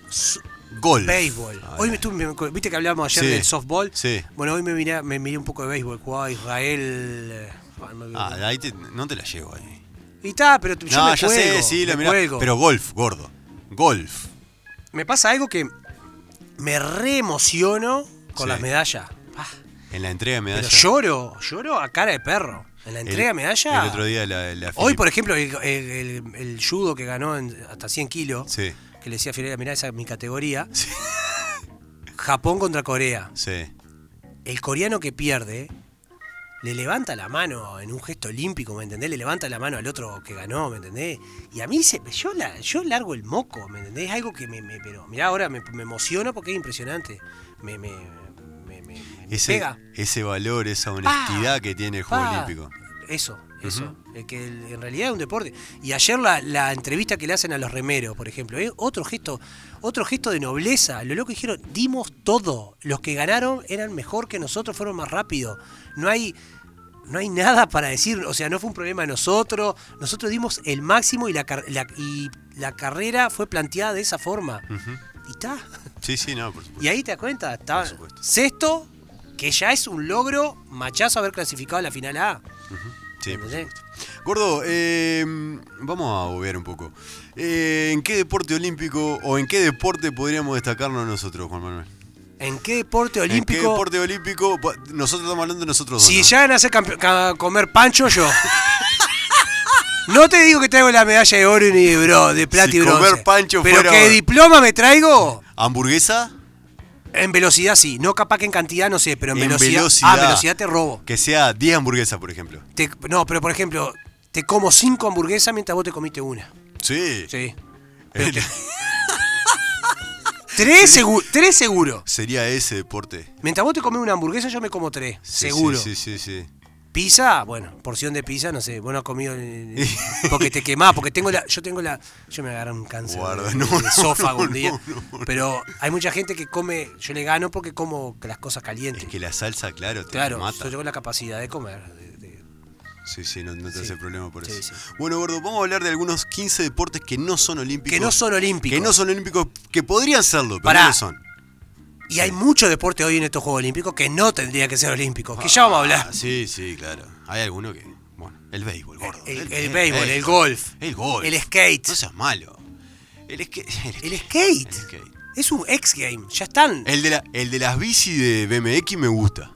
B: Golf.
C: Béisbol.
B: Ah,
C: Hoy
B: ya.
C: me estuve- viste que hablábamos ayer
B: Sí,
C: del softball.
B: sí.
C: Bueno, hoy me miré, me miré un poco de béisbol. Jugaba Israel. eh, ay, me-
B: Ah, ahí te- no te la llevo ahí.
C: y está, pero yo
B: no,
C: me
B: ya
C: cuelgo,
B: sé, sí,
C: me
B: lo mirá.
C: cuelgo.
B: Pero golf, gordo. Golf.
C: me pasa algo que me reemociono con
B: Sí.
C: las medallas. Ah,
B: En la entrega de medalla.
C: pero lloro, lloro a cara de perro. En la
B: El-
C: entrega de medalla.
B: El otro día la. la
C: hoy,
B: Filip-
C: por ejemplo, el, el- el- el judo que ganó en hasta 100 kilos,
B: Sí,
C: que le decía a Fiorella, mirá, esa es mi categoría.
B: Sí.
C: Japón contra Corea.
B: sí.
C: El coreano que pierde le levanta la mano en un gesto olímpico, ¿me entendés? Le levanta la mano al otro que ganó, ¿me entendés? Y a mí se, yo, la, yo largo el moco, ¿me entendés? Es algo que me... me- pero mirá, ahora me, me emociona porque es impresionante. Me, me, me, me- me
B: Ese,
C: pega.
B: ese valor, esa honestidad que tiene el Juego
C: Pa.
B: Olímpico.
C: Eso, eso. Eh, Que el- en realidad es un deporte. Y ayer la, la entrevista que le hacen a los remeros, por ejemplo, es otro gesto, otro gesto de nobleza. Lo loco dijeron, dimos todo. Los que ganaron eran mejor que nosotros, fueron más rápido. No hay. No hay nada para decir, o sea, no fue un problema de nosotros, nosotros dimos el máximo y la, car- la- y la carrera fue planteada de esa forma. Y está.
B: Sí, sí, no, por supuesto.
C: Y ahí te das cuenta, estaba
B: Por supuesto.
C: sexto, que ya es un logro machazo haber clasificado a la final A.
B: Sí, por
C: ¿entendés?
B: Gordo, eh, vamos a bobear un poco. Eh, ¿En qué deporte olímpico o en qué deporte podríamos destacarnos nosotros, Juan Manuel?
C: ¿En qué deporte olímpico?
B: ¿En qué deporte olímpo? Bo- Nosotros estamos hablando de nosotros dos.
C: si
B: ¿no?
C: llegan a hacer campe- ca- comer pancho, yo. No te digo que traigo la medalla de oro ni de, bro- de plata
B: Si
C: y bronce.
B: comer pancho
C: pero
B: fuera-
C: que diploma me traigo
B: ¿Hamburguesa?
C: en velocidad sí. No capaz que en cantidad no sé, pero en,
B: En
C: velocidad.
B: velocidad.
C: Ah, velocidad te robo.
B: Que sea 10 hamburguesas, por ejemplo.
C: Te- no, pero por ejemplo, te como cinco hamburguesas mientras vos te comiste una.
B: Sí.
C: Sí. Pero te- tres, segu- tres seguro.
B: Sería ese deporte.
C: Mientras vos te comes una hamburguesa, yo me como tres.
B: Sí,
C: seguro.
B: Sí, sí, sí. sí.
C: Pizza, bueno, porción de pizza, no sé, vos no has comido el- porque te quemás, porque tengo la, yo tengo la, yo me agarré un cáncer
B: Guarda,
C: de,
B: no,
C: de
B: no,
C: esófago
B: no,
C: un día,
B: no, no, no.
C: pero hay mucha gente que come, yo le gano porque como las cosas calientes,
B: Es que la salsa, claro, te
C: claro,
B: mata.
C: yo tengo la capacidad de comer, de- de-
B: Sí, sí, no, no te hace problema por
C: Sí,
B: eso.
C: sí.
B: Bueno, gordo, vamos a hablar de algunos 15 deportes que no son olímpicos.
C: que no son olímpicos,
B: Que no son olímpicos, que podrían serlo, pero
C: Pará.
B: no lo son.
C: y hay mucho deporte hoy en estos Juegos Olímpicos que no tendría que ser olímpicos, que ya vamos a hablar,
B: Ah, sí, sí, claro. Hay alguno que. Bueno, Ah, el béisbol, gordo.
C: el, el béisbol, el golf,
B: El golf.
C: el skate,
B: No seas malo. El, skate-
C: el skate,
B: El skate.
C: es un X game, ya están,
B: El de, la- el de las bici de BMX me gusta.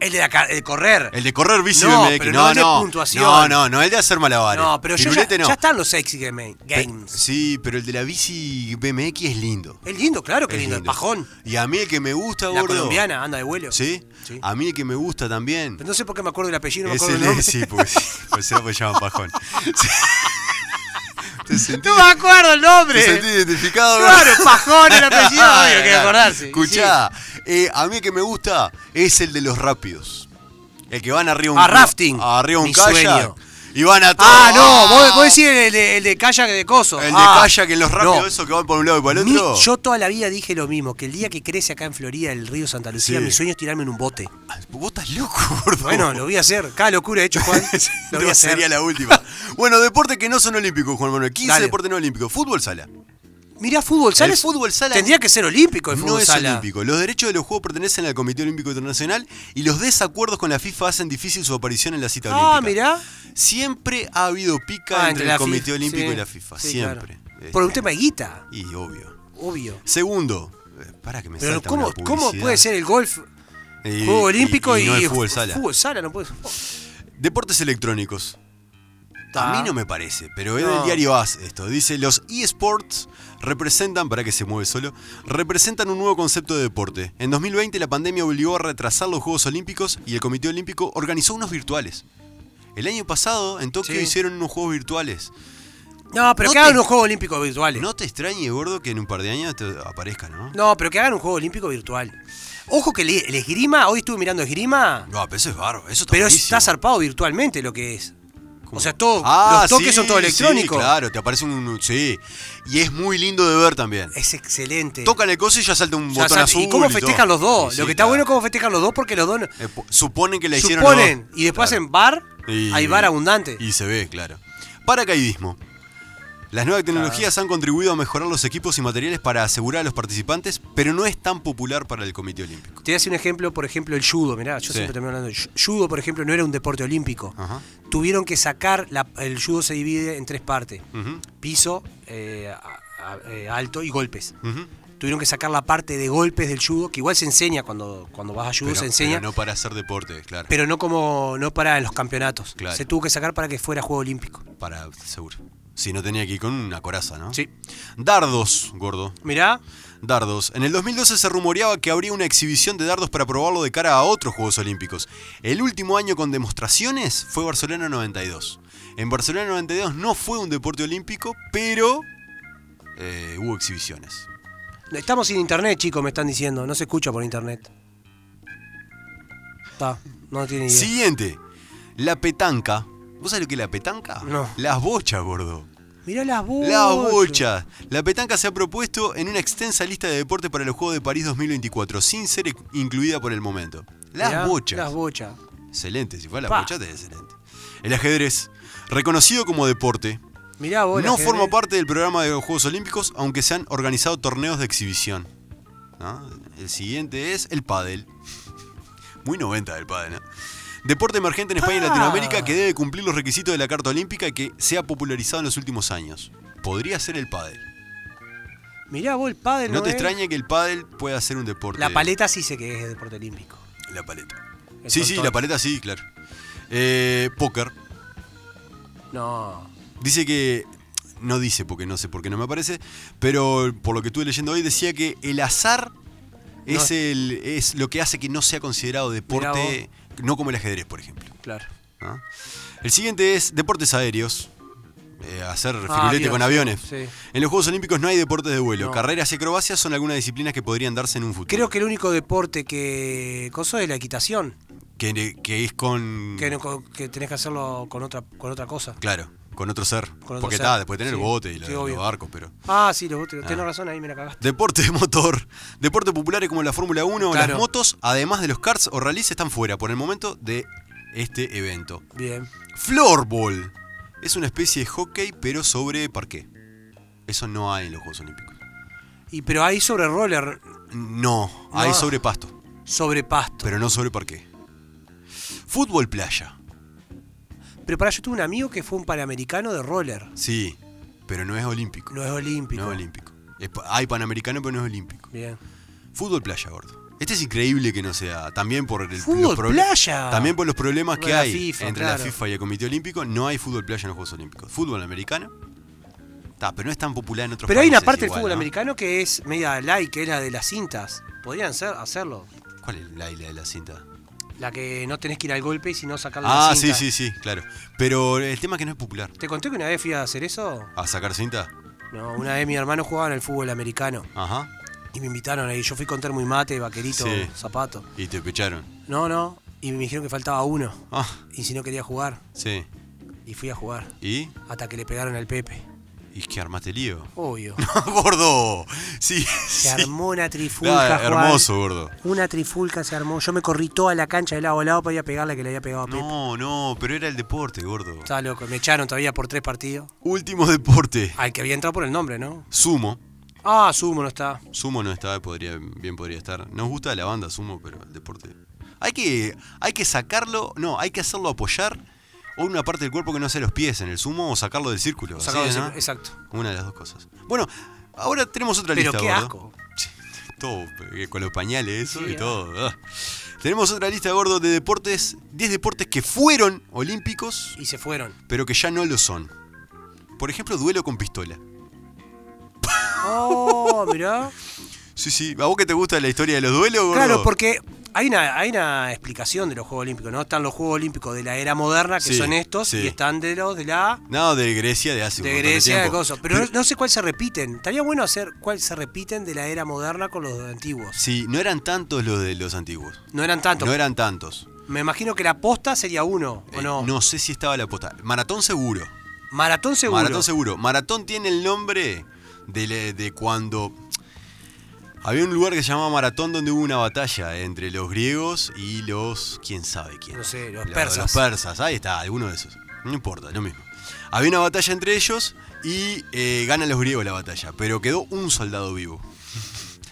C: el de, la ca- el correr,
B: El de correr bici
C: No,
B: BMX.
C: pero no
B: no,
C: el de
B: no.
C: puntuación.
B: No, no, no, el de hacer malabares.
C: no, pero yo ya,
B: Pirulete no.
C: ya están los X game-
B: Pe-
C: games.
B: Sí, pero el de la bici BMX es lindo.
C: Es lindo, claro que
B: Es
C: lindo. El pajón.
B: Y a mí el que me gusta,
C: La
B: gordo.
C: colombiana anda de vuelo.
B: ¿Sí?
C: Sí.
B: A mí el que me gusta también.
C: Pero no sé por qué me acuerdo del apellido, no me
B: es
C: acuerdo
B: el
C: el nombre.
B: sí, porque sí, pues se lo llaman pajón. Sí. ¿Te sentí,
C: No me acuerdo el nombre.
B: te sentí identificado? gordo?
C: Claro, pajón el apellido, obvio que acordarse.
B: Escuchá, eh, a mí el que me gusta es el de los rápidos. El que van arriba un
C: Ah, rafting.
B: Arriba un
C: Mi
B: kayak.
C: sueño.
B: Y van a todo.
C: Ah, no, vos, vos decís el, de- el de kayak de coso.
B: El de
C: Ah,
B: kayak en los rápidos,
C: no.
B: esos que van por un lado y para el
C: Mi-
B: otro.
C: yo toda la vida dije lo mismo, que el día que crece acá en Florida el río Santa Lucía,
B: Sí.
C: mi sueño es tirarme en un bote.
B: Ah, Vos estás loco, gordo.
C: Bueno, lo voy a hacer. Cada locura he hecho, Juan. Lo voy a
B: No,
C: hacer.
B: sería la última. bueno, deportes que no son olímpicos, Juan Manuel. 15
C: Dale.
B: deportes no olímpicos. Fútbol sala.
C: Mirá, fútbol sala.
B: El
C: es-
B: fútbol sala-
C: Tendría que ser olímpico el fútbol
B: No es
C: sala.
B: olímpico. Los derechos de los juegos pertenecen al Comité Olímpico Internacional y los desacuerdos con la FIFA hacen difícil su aparición en la cita
C: Ah,
B: olímpica.
C: mirá.
B: Siempre ha habido pica
C: Ah,
B: entre,
C: la
B: el Comité
C: FIFA,
B: Olímpico
C: sí.
B: y la FIFA.
C: Sí,
B: Siempre.
C: claro.
B: Eh,
C: Por un tema de guita,
B: Y obvio.
C: obvio.
B: Segundo. Para que me
C: Pero
B: salta
C: ¿cómo,
B: una
C: ¿cómo
B: publicidad.
C: puede ser el golf
B: Y-
C: juego olímpico y,
B: no el
C: el
B: fútbol sala?
C: Fútbol sala, no puede
B: Deportes electrónicos. A
C: Ta.
B: mí no me parece, pero es
C: No.
B: del diario AS esto. Dice, los eSports representan, para que se mueve solo, representan un nuevo concepto de deporte. En 2020 la pandemia obligó a retrasar los Juegos Olímpicos y el Comité Olímpico organizó unos virtuales. El año pasado en Tokio
C: Sí.
B: hicieron unos Juegos virtuales.
C: No, pero
B: No
C: que hagan
B: te-
C: unos juegos olímpicos virtuales. No,
B: No te extrañe, gordo, que en un par de años te aparezca, ¿no?
C: pero que hagan un juego olímpico virtual. Ojo que le- el esgrima, hoy estuve mirando esgrima,
B: No, pero eso es bárbaro. Eso está
C: pero
B: buenísimo.
C: está zarpado virtualmente lo que es. O sea, todo,
B: Ah,
C: los toques
B: sí,
C: son todo
B: sí,
C: electrónico.
B: claro, te aparece un... Sí. Y es muy lindo de ver también.
C: Es excelente.
B: Tocan el coso y ya salta un
C: Eh, Ya
B: botón
C: sabe-
B: azul.
C: y cómo festejan
B: todo.
C: los dos.
B: Sí,
C: lo
B: sí,
C: que está
B: claro.
C: bueno es cómo festejan los dos porque los dos no-
B: Eh, po- suponen que la hicieron los
C: suponen
B: dos.
C: y después
B: Claro.
C: hacen bar,
B: Y-
C: hay bar abundante.
B: Y se ve, claro. Paracaidismo. Las nuevas tecnologías han contribuido a mejorar los equipos y materiales para asegurar a los participantes, pero no es tan popular para el Comité Olímpico.
C: Te voy a hacer un ejemplo, por ejemplo, el judo. Mirá, yo
B: Sí.
C: siempre termino hablando del ju- judo, por ejemplo, no era un deporte olímpico.
B: Ajá.
C: Tuvieron que sacar, la- el judo se divide en tres partes,
B: Ujú,
C: piso, eh, a- a- eh, alto y golpes.
B: ujú.
C: Tuvieron que sacar la parte de golpes del judo, que igual se enseña cuando, cuando vas a judo,
B: Pero,
C: se enseña,
B: pero no para hacer deporte, claro.
C: pero no como no para los campeonatos.
B: Claro.
C: Se tuvo que sacar para que fuera juego olímpico.
B: Para, seguro. Si no tenía que ir con una coraza, ¿no?
C: Sí.
B: Dardos, gordo.
C: Mirá,
B: Dardos. En el 2012 se rumoreaba que habría una exhibición de dardos para probarlo de cara a otros Juegos Olímpicos. El último año con demostraciones fue Barcelona 92. En Barcelona 92 no fue un deporte olímpico, pero eh, hubo exhibiciones.
C: Estamos sin internet, chicos, me están diciendo. No se escucha por internet. Está, no tiene idea.
B: Siguiente, la petanca. ¿Vos sabés lo que es la petanca?
C: No.
B: Las bochas, gordo.
C: Mirá las bochas.
B: La bocha. La petanca se ha propuesto en una extensa lista de deportes para los Juegos de París 2024, sin ser e- incluida por el momento. Las
C: Mirá,
B: bochas.
C: Las bochas.
B: excelente, si fue la
C: Pa.
B: bocha, te excelente. El ajedrez, reconocido como deporte,
C: Mirá vos. el
B: no
C: ajedrez.
B: forma parte del programa de los Juegos Olímpicos, aunque se han organizado torneos de exhibición. ¿No? El siguiente es el pádel. Muy 90 del pádel, ¿no? Deporte emergente en España y
C: Ah.
B: Latinoamérica que debe cumplir los requisitos de la Carta Olímpica y que se ha popularizado en los últimos años. Podría ser el pádel.
C: Mirá vos el pádel.
B: No te
C: es?
B: extrañe que el pádel pueda ser un deporte.
C: eh. La paleta sí sé que es deporte olímpico.
B: La paleta.
C: El
B: Sí, sí,
C: frontón.
B: la paleta sí, claro. Eh, póker.
C: No.
B: Dice que. No dice porque no sé por qué no me aparece. Pero por lo que estuve leyendo hoy decía que el azar es,
C: No.
B: el, es lo que hace que no sea considerado deporte. No como el ajedrez, por ejemplo.
C: Claro.
B: ¿no? El siguiente es deportes aéreos. Eh, hacer
C: Ah,
B: firulete
C: avión,
B: con aviones.
C: sí.
B: En los Juegos Olímpicos no hay deportes de vuelo.
C: No.
B: Carreras y acrobacias son algunas disciplinas que podrían darse en un futuro.
C: Creo que el único deporte que. Coso es la equitación.
B: que, que es con.
C: Que, no- co- que tenés que hacerlo con otra, con otra cosa.
B: Claro, con otro ser.
C: otro
B: Porque
C: ser,
B: está, después tener
C: sí.
B: el bote y la-
C: Sí,
B: los
C: obvio.
B: barcos, pero.
C: Ah, sí, los botes. Tenés
B: Ah.
C: razón, ahí me la cagaste.
B: Deporte de motor. Deportes populares como la Fórmula 1 o las
C: Claro.
B: motos, además de los karts o rallies, están fuera por el momento de este evento.
C: Bien.
B: Floorball. Es una especie de hockey, pero sobre parqué. Eso no hay en los Juegos Olímpicos.
C: Y pero ahí sobre roller,
B: No, hay
C: No.
B: sobre pasto,
C: sobre pasto.
B: pero no sobre parqué. Fútbol playa.
C: Pero para yo tuve un amigo que fue un panamericano de roller.
B: Sí, pero no es olímpico.
C: No es olímpico.
B: No es olímpico. Es pa- Hay panamericano, pero no es olímpico.
C: Bien.
B: Fútbol playa, gordo. Este es increíble que no sea. También por el,
C: Fútbol
B: los proble-
C: playa.
B: También por los problemas
C: Por
B: que
C: la
B: hay
C: FIFA,
B: entre la
C: claro.
B: FIFA y el Comité Olímpico, no hay fútbol playa en los Juegos Olímpicos. Fútbol americano. Está, pero no es tan popular en otros
C: Pero hay una
B: países
C: parte del
B: igual,
C: fútbol
B: ¿no?
C: americano que es media light, que es la de las cintas. Podrían ser, hacerlo.
B: ¿Cuál es la isla de la cinta?
C: La que no tenés que ir al golpe y sino sacar la
B: Ah, sí,
C: cinta.
B: sí, sí, claro. Pero el tema es que no es popular.
C: ¿Te conté que una vez fui a hacer eso?
B: ¿A sacar cinta?
C: No, una vez mi hermano jugaba en el fútbol americano
B: Ajá.
C: y me invitaron ahí. Yo fui con termo y mate, vaquerito,
B: Sí.
C: zapato.
B: Y te pecharon.
C: No, no. Y me dijeron que faltaba uno.
B: Ah,
C: Y si no quería jugar.
B: sí.
C: Y fui a jugar.
B: ¿Y?
C: Hasta que le pegaron al Pepe.
B: ¿Y qué armaste lío?
C: Obvio.
B: ¡Gordo! Sí,
C: Se
B: sí.
C: armó una trifulca.
B: Ah,
C: Juan.
B: hermoso, gordo.
C: Una trifulca se armó. Yo me corrí toda la cancha de lado a lado para ir a pegarle que le había pegado a Pepe.
B: No, no, pero era el deporte, gordo.
C: Estaba loco. Me echaron todavía por tres partidos.
B: Último deporte.
C: Al que había entrado por el nombre, ¿no?
B: Sumo.
C: Ah, Sumo no está.
B: Sumo no estaba, podría, bien podría estar. Nos gusta la banda Sumo, pero el deporte. Hay que, hay que sacarlo, no, hay que hacerlo apoyar o una parte del cuerpo que no sea los pies en el sumo o sacarlo del círculo. así
C: Sacado
B: es,
C: de-
B: ¿no?
C: Exacto.
B: Una de las dos cosas. Bueno, ahora tenemos otra
C: Pero
B: lista.
C: qué
B: gordo.
C: asco.
B: Todo, eh, con los pañales, eso
C: Sí,
B: y
C: ah.
B: todo. ah. Tenemos otra lista, gordo, de deportes, 10 deportes que fueron olímpicos,
C: Y se fueron.
B: pero que ya no lo son. Por ejemplo, duelo con pistola.
C: Oh, mirá.
B: Sí, sí. ¿A vos que te gusta la historia de los duelos, gordo?
C: Claro, porque hay una, hay una explicación de los Juegos Olímpicos, ¿no? Están los Juegos Olímpicos de la era moderna, que
B: Sí,
C: son estos,
B: sí.
C: y están de los de la
B: No, de Grecia de hace un
C: de
B: montón de
C: Grecia, de
B: tiempo.
C: cosas. Pero, no, no sé cuál se repiten. Estaría bueno hacer cuál se repiten de la era moderna con los antiguos.
B: Sí, no eran tantos los de los antiguos.
C: No eran tantos.
B: No eran tantos.
C: Me imagino que la posta sería uno, ¿o
B: Eh,
C: no?
B: sé si estaba la posta. Maratón seguro.
C: Maratón seguro.
B: Maratón seguro. Maratón tiene el nombre de, le- de cuando. Había un lugar que se llamaba Maratón donde hubo una batalla entre los griegos y los. quién sabe quién.
C: No sé, los
B: Lo-
C: persas.
B: Los persas, ahí está, alguno de esos. No importa, lo mismo. Había una batalla entre ellos y eh, ganan los griegos la batalla, pero quedó un soldado vivo.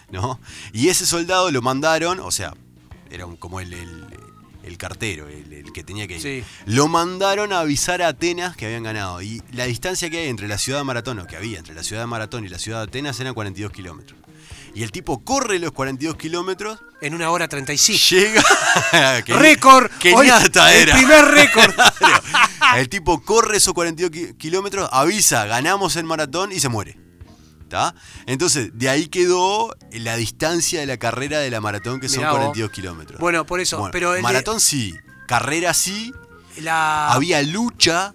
B: ¿No? Y ese soldado lo mandaron, o sea, era un- como el, el- el cartero, el, el que tenía que ir.
C: Sí.
B: Lo mandaron a avisar a Atenas que habían ganado. Y la distancia que hay entre la ciudad de Maratón, o que había entre la ciudad de Maratón y la ciudad de Atenas, eran 42 kilómetros. Y el tipo corre los 42 kilómetros,
C: En una hora 35.
B: llega. que-
C: récord.
B: que
C: Hoy,
B: nata era.
C: El primer récord.
B: Claro. El tipo corre esos 42 ki- kilómetros, avisa, ganamos el maratón y se muere. Ta, ¿tá? Entonces, de ahí quedó la distancia de la carrera de la maratón, que son
C: Mirá vos.
B: 42 kilómetros.
C: Bueno, por eso,
B: Bueno,
C: pero el de-
B: maratón sí, carrera sí,
C: la
B: había lucha.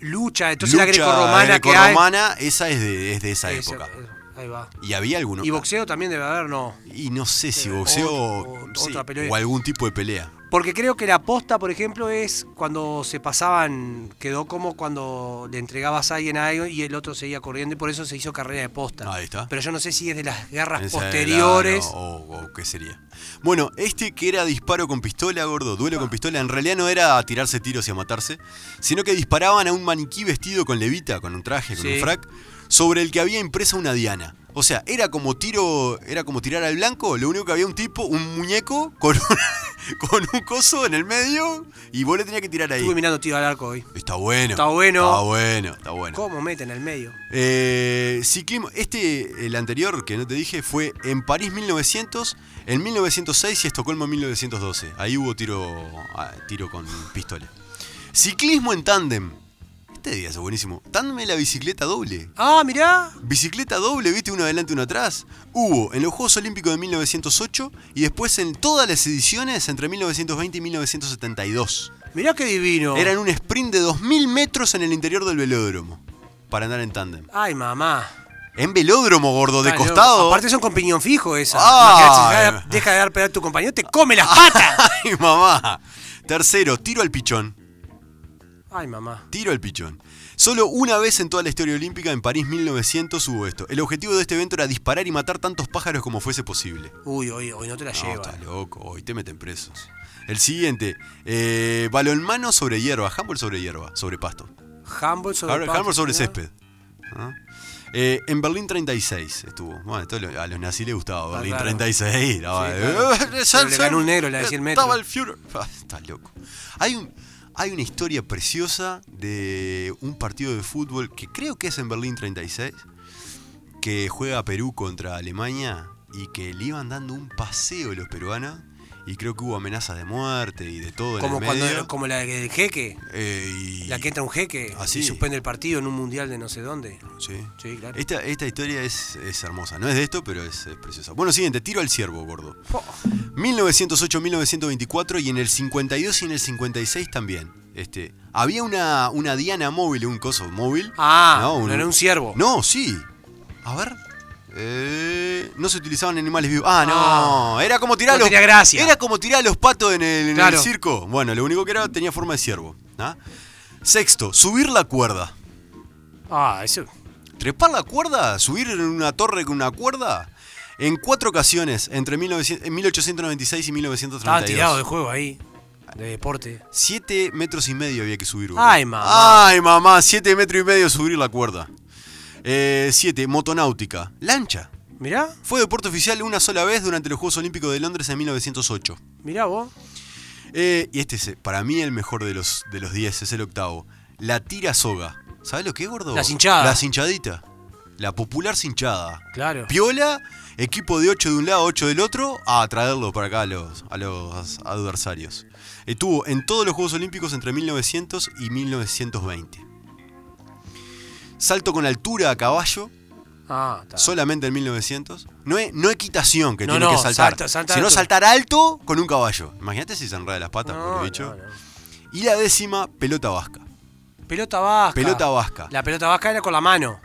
C: lucha, entonces
B: Lucha
C: la grecorromana que hay.
B: grecorromana, esa es de, es de esa
C: Esa-
B: época.
C: Ahí va.
B: Y había algunos.
C: Y boxeo también debe haber, no.
B: Y no sé si
C: Eh,
B: boxeo
C: otro-
B: sí,
C: otra pelea.
B: o algún tipo de pelea.
C: Porque creo que la posta, por ejemplo, es cuando se pasaban, quedó como cuando le entregabas a alguien algo y el otro seguía corriendo y por eso se hizo carrera de posta.
B: Ahí está.
C: Pero yo no sé si es de las guerras
B: Esa era la-
C: posteriores.
B: no, o, o qué sería. Bueno, este que era disparo con pistola, gordo, duelo con pistola, en realidad no era tirarse tiros y a matarse, sino que disparaban a un maniquí vestido con levita, con un traje, con
C: Sí.
B: un frac, sobre el que había impresa una diana. O sea, era como tiro, era como tirar al blanco, lo único que había un tipo, un muñeco con un, con un coso en el medio y vos le tenías que tirar ahí.
C: Estuve mirando tiro al arco hoy.
B: Está bueno.
C: Está bueno.
B: Está bueno, está bueno.
C: ¿Cómo meten al medio?
B: Eh, ciclismo, este, el anterior que no te dije, fue en París 1900, en 1906 y Estocolmo 1912. Ahí hubo tiro, ah, tiro con pistola. Ciclismo en tándem. Este día es buenísimo. Tándem es la bicicleta doble.
C: Ah, mirá.
B: Bicicleta doble, viste, uno adelante, uno atrás. Hubo en los Juegos Olímpicos de 1908 y después en todas las ediciones entre 1920 y 1972.
C: Mirá qué divino.
B: Eran un sprint de 2.000 metros en el interior del velódromo para andar en tándem.
C: Ay, mamá.
B: En velódromo, gordo, de
C: Ay, Ah, no.
B: costado.
C: Aparte son con piñón fijo esa.
B: Ah.
C: Imagínate, si deja- deja de dar pedal a tu compañero, te come las patas.
B: Ay, mamá. Tercero, tiro al pichón.
C: Ay, mamá.
B: Tiro al pichón. Solo una vez en toda la historia olímpica, en París 1900, hubo esto. El objetivo de este evento era disparar y matar tantos pájaros como fuese posible.
C: Uy, hoy, hoy no te la
B: No,
C: lleva.
B: estás loco. Hoy te meten presos. El siguiente, eh, balonmano sobre hierba, handball sobre hierba, sobre pasto.
C: Humble sobre
B: Hammer-
C: pasto,
B: Hammer sobre
C: mirá.
B: césped. ¿Ah? Eh, en Berlín 36 estuvo. Bueno, esto lo- a los nazis les gustaba Berlín
C: claro.
B: 36. no,
C: Sí,
B: eh,
C: claro.
B: eh,
C: Pero
B: Samson,
C: le ganó un negro, le decía el metro.
B: Estaba el Führer. Ah, está loco. Hay, un, hay una historia preciosa de un partido de fútbol que creo que es en Berlín 36, que juega Perú contra Alemania y que le iban dando un paseo los peruanos y creo que hubo amenazas de muerte y de todo
C: Como,
B: en el medio.
C: cuando, como la del jeque.
B: Eh, y-
C: La que entra un jeque
B: Ah, sí.
C: y suspende el partido en un mundial de no sé dónde.
B: Sí.
C: Sí, claro.
B: Esta, esta historia es, es hermosa. No es de esto, pero es, es preciosa. Bueno, siguiente. Tiro al ciervo, gordo.
C: Oh.
B: 1908-1924 y en el 52 y en el 56 también. Este, había una, una diana móvil, un coso móvil.
C: Ah, no era un ciervo.
B: No, sí. A ver. Eh, no se utilizaban animales vivos. Ah, no. Era como tirar
C: No
B: los.
C: tenía gracia.
B: Era como tirar los patos en el, en el
C: Claro.
B: circo. Bueno, lo único que era tenía forma de ciervo. ¿ah? Sexto, subir la cuerda.
C: Ah, eso.
B: ¿Trepar la cuerda? ¿Subir en una torre con una cuerda? En cuatro ocasiones, entre 1900 en 1896 y
C: Estaba tirado de
B: 1932.
C: juego ahí. De deporte.
B: Siete metros y medio había que subir. boludo.
C: Ay, mamá.
B: Ay, mamá, siete metros y medio subir la cuerda. Eh, siete, motonáutica. Lancha.
C: Mirá,
B: Fue deporte oficial una sola vez durante los Juegos Olímpicos de Londres en 1908.
C: mirá vos.
B: Eh, y este es, para mí, el mejor de los, de los diez, es el octavo. La tira soga. ¿Sabes lo que es, gordo?
C: Las hinchadas.
B: Las hinchaditas. La popular cinchada.
C: Claro.
B: Piola, equipo de 8 de un lado, 8 del otro, a traerlo para acá a los, a los adversarios. Estuvo en todos los Juegos Olímpicos entre 1900 y 1920. Salto con altura a caballo,
C: Ah, está.
B: solamente en 1900. No, es, no equitación que
C: No,
B: tiene
C: no,
B: que saltar,
C: salta- salta
B: sino
C: alto.
B: saltar alto con un caballo. Imagínate si se enreda las patas,
C: No,
B: por
C: no,
B: el bicho.
C: no.
B: Y la décima, pelota vasca.
C: Pelota vasca.
B: Pelota vasca.
C: La pelota vasca era con la mano.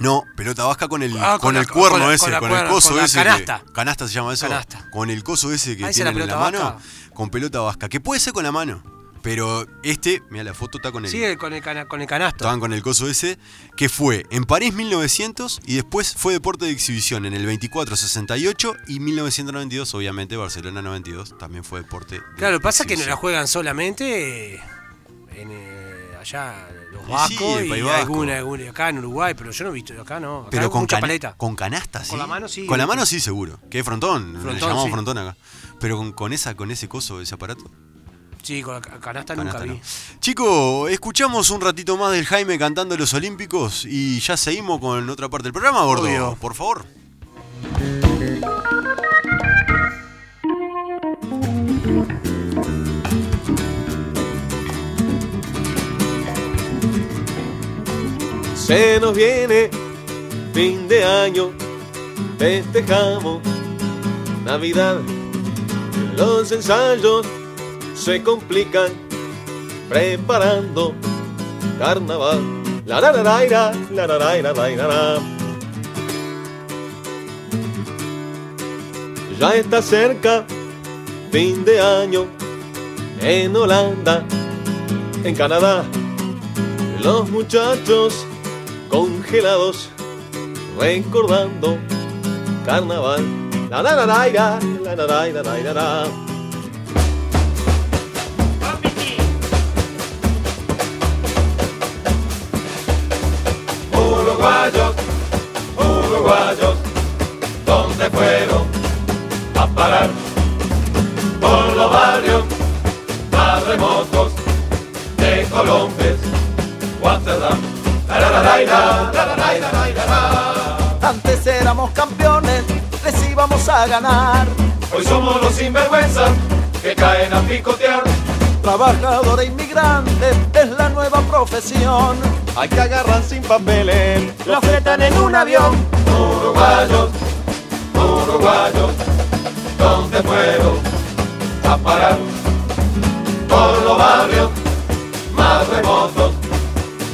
B: No, pelota vasca con el,
C: Ah,
B: con
C: con la-
B: el cuerno
C: con la-
B: ese,
C: con
B: con,
C: la
B: el
C: cuerda,
B: coso
C: con la
B: ese. que-
C: canasta.
B: canasta se llama eso.
C: Canasta.
B: Con el coso ese que
C: Ah, esa es la
B: tienen en la
C: pelota
B: mano.
C: vasca.
B: Con pelota vasca. Que puede ser con la mano. Pero este, mira la foto está con el.
C: Sí, el- con el, cana- con el canasto.
B: Estaban con el coso ese, que fue en París 1900 y después fue deporte de exhibición en el 24, 68 y 1992, obviamente Barcelona 92 también fue deporte. de
C: Claro, pasa que no la
B: exhibición.
C: juegan solamente en, eh, allá los
B: sí,
C: vascos
B: el
C: y,
B: País Vasco.
C: alguna, alguna- acá en Uruguay, pero yo no he visto acá, no. Acá
B: Pero
C: hay
B: con,
C: mucha
B: cana-
C: paleta.
B: con canasta, sí.
C: Con la mano, sí.
B: Con la mano, sí, seguro. Que es frontón, le
C: Frontón,
B: llamamos
C: sí.
B: frontón acá. Pero con, con esa, con ese coso, ese aparato.
C: Sí, con la ca- canasta,
B: Canasta,
C: nunca
B: ¿no?
C: vi.
B: Chico, escuchamos un ratito más del Jaime cantando los Olímpicos y ya seguimos con otra parte del programa, gordo.
C: Obvio.
B: Por favor.
D: Se nos viene fin de año festejamos Navidad. Los ensayos se complican preparando carnaval. La la la la ira, la la la ira, la ira, la. Ya está cerca fin de año en Holanda, en Canadá. Los muchachos congelados recordando carnaval. La la la la ira, la la la ira, la ira, la. Uruguayos, uruguayos, ¿dónde fueron a parar? Por los barrios más remotos de Colombes, Guatadam. La la la la ira, la la la ira, la ira, la.
E: Antes éramos campeones, les íbamos a ganar.
D: Hoy somos los sinvergüenzas que caen a picotear.
E: Trabajadores inmigrantes e es la nueva profesión.
D: Hay que agarrar sin papeles.
E: Lo fletan en un avión.
D: Uruguayos, uruguayos, ¿dónde fueron a parar? Por los barrios más remotos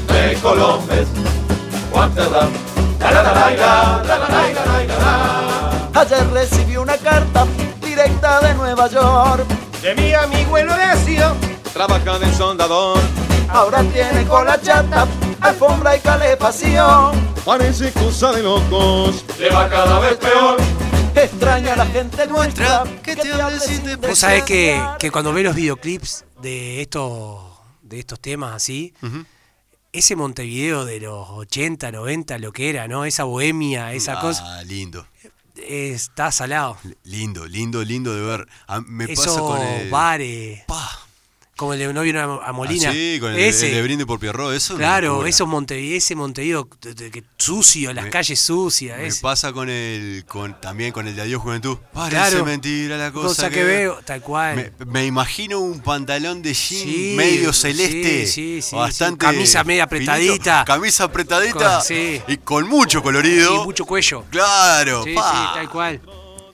D: de Colombes, Guantánamo. La la la la la, la la la la la la.
E: Ayer recibí una carta directa de Nueva York.
D: De mi amigo el Oresio, trabaja de soldador.
E: Ahora tiene cola chata, alfombra y calefacción.
D: Parece cosa de locos, le va cada vez peor.
E: Extraña a la gente nuestra
B: que te hable sin despreciar.
C: Vos sabés que, que cuando ves los videoclips de estos, de estos temas así, ese Montevideo de los 80, 90, lo que era, ¿no? Esa bohemia, esa cosa,
B: Ah, lindo.
C: eh, está salado.
B: Lindo, lindo, lindo de ver. Ah, me pasa
C: Esos
B: con el.
C: bares, como el de novio a a Molina.
B: Ah, sí, con el,
C: ese,
B: el de brinde por Pierrot, eso. es una
C: claro,
B: locura.
C: esos Montevideo, ese Montevideo de- de- que sucio, las
B: Me-
C: calles sucias.
B: Me
C: ese.
B: pasa con el. Con, también con el de Adiós Juventud. Parece
C: Claro.
B: mentira la cosa.
C: Cosa que, veo, tal cual.
B: Me, me imagino un pantalón de jean
C: Sí,
B: medio
C: sí,
B: celeste.
C: sí, sí,
B: bastante
C: sí. Camisa media
B: finito,
C: apretadita.
B: camisa apretadita.
C: Con- sí.
B: Y con mucho colorido.
C: y mucho cuello.
B: Claro,
C: Sí, sí,
B: pa.
C: tal cual.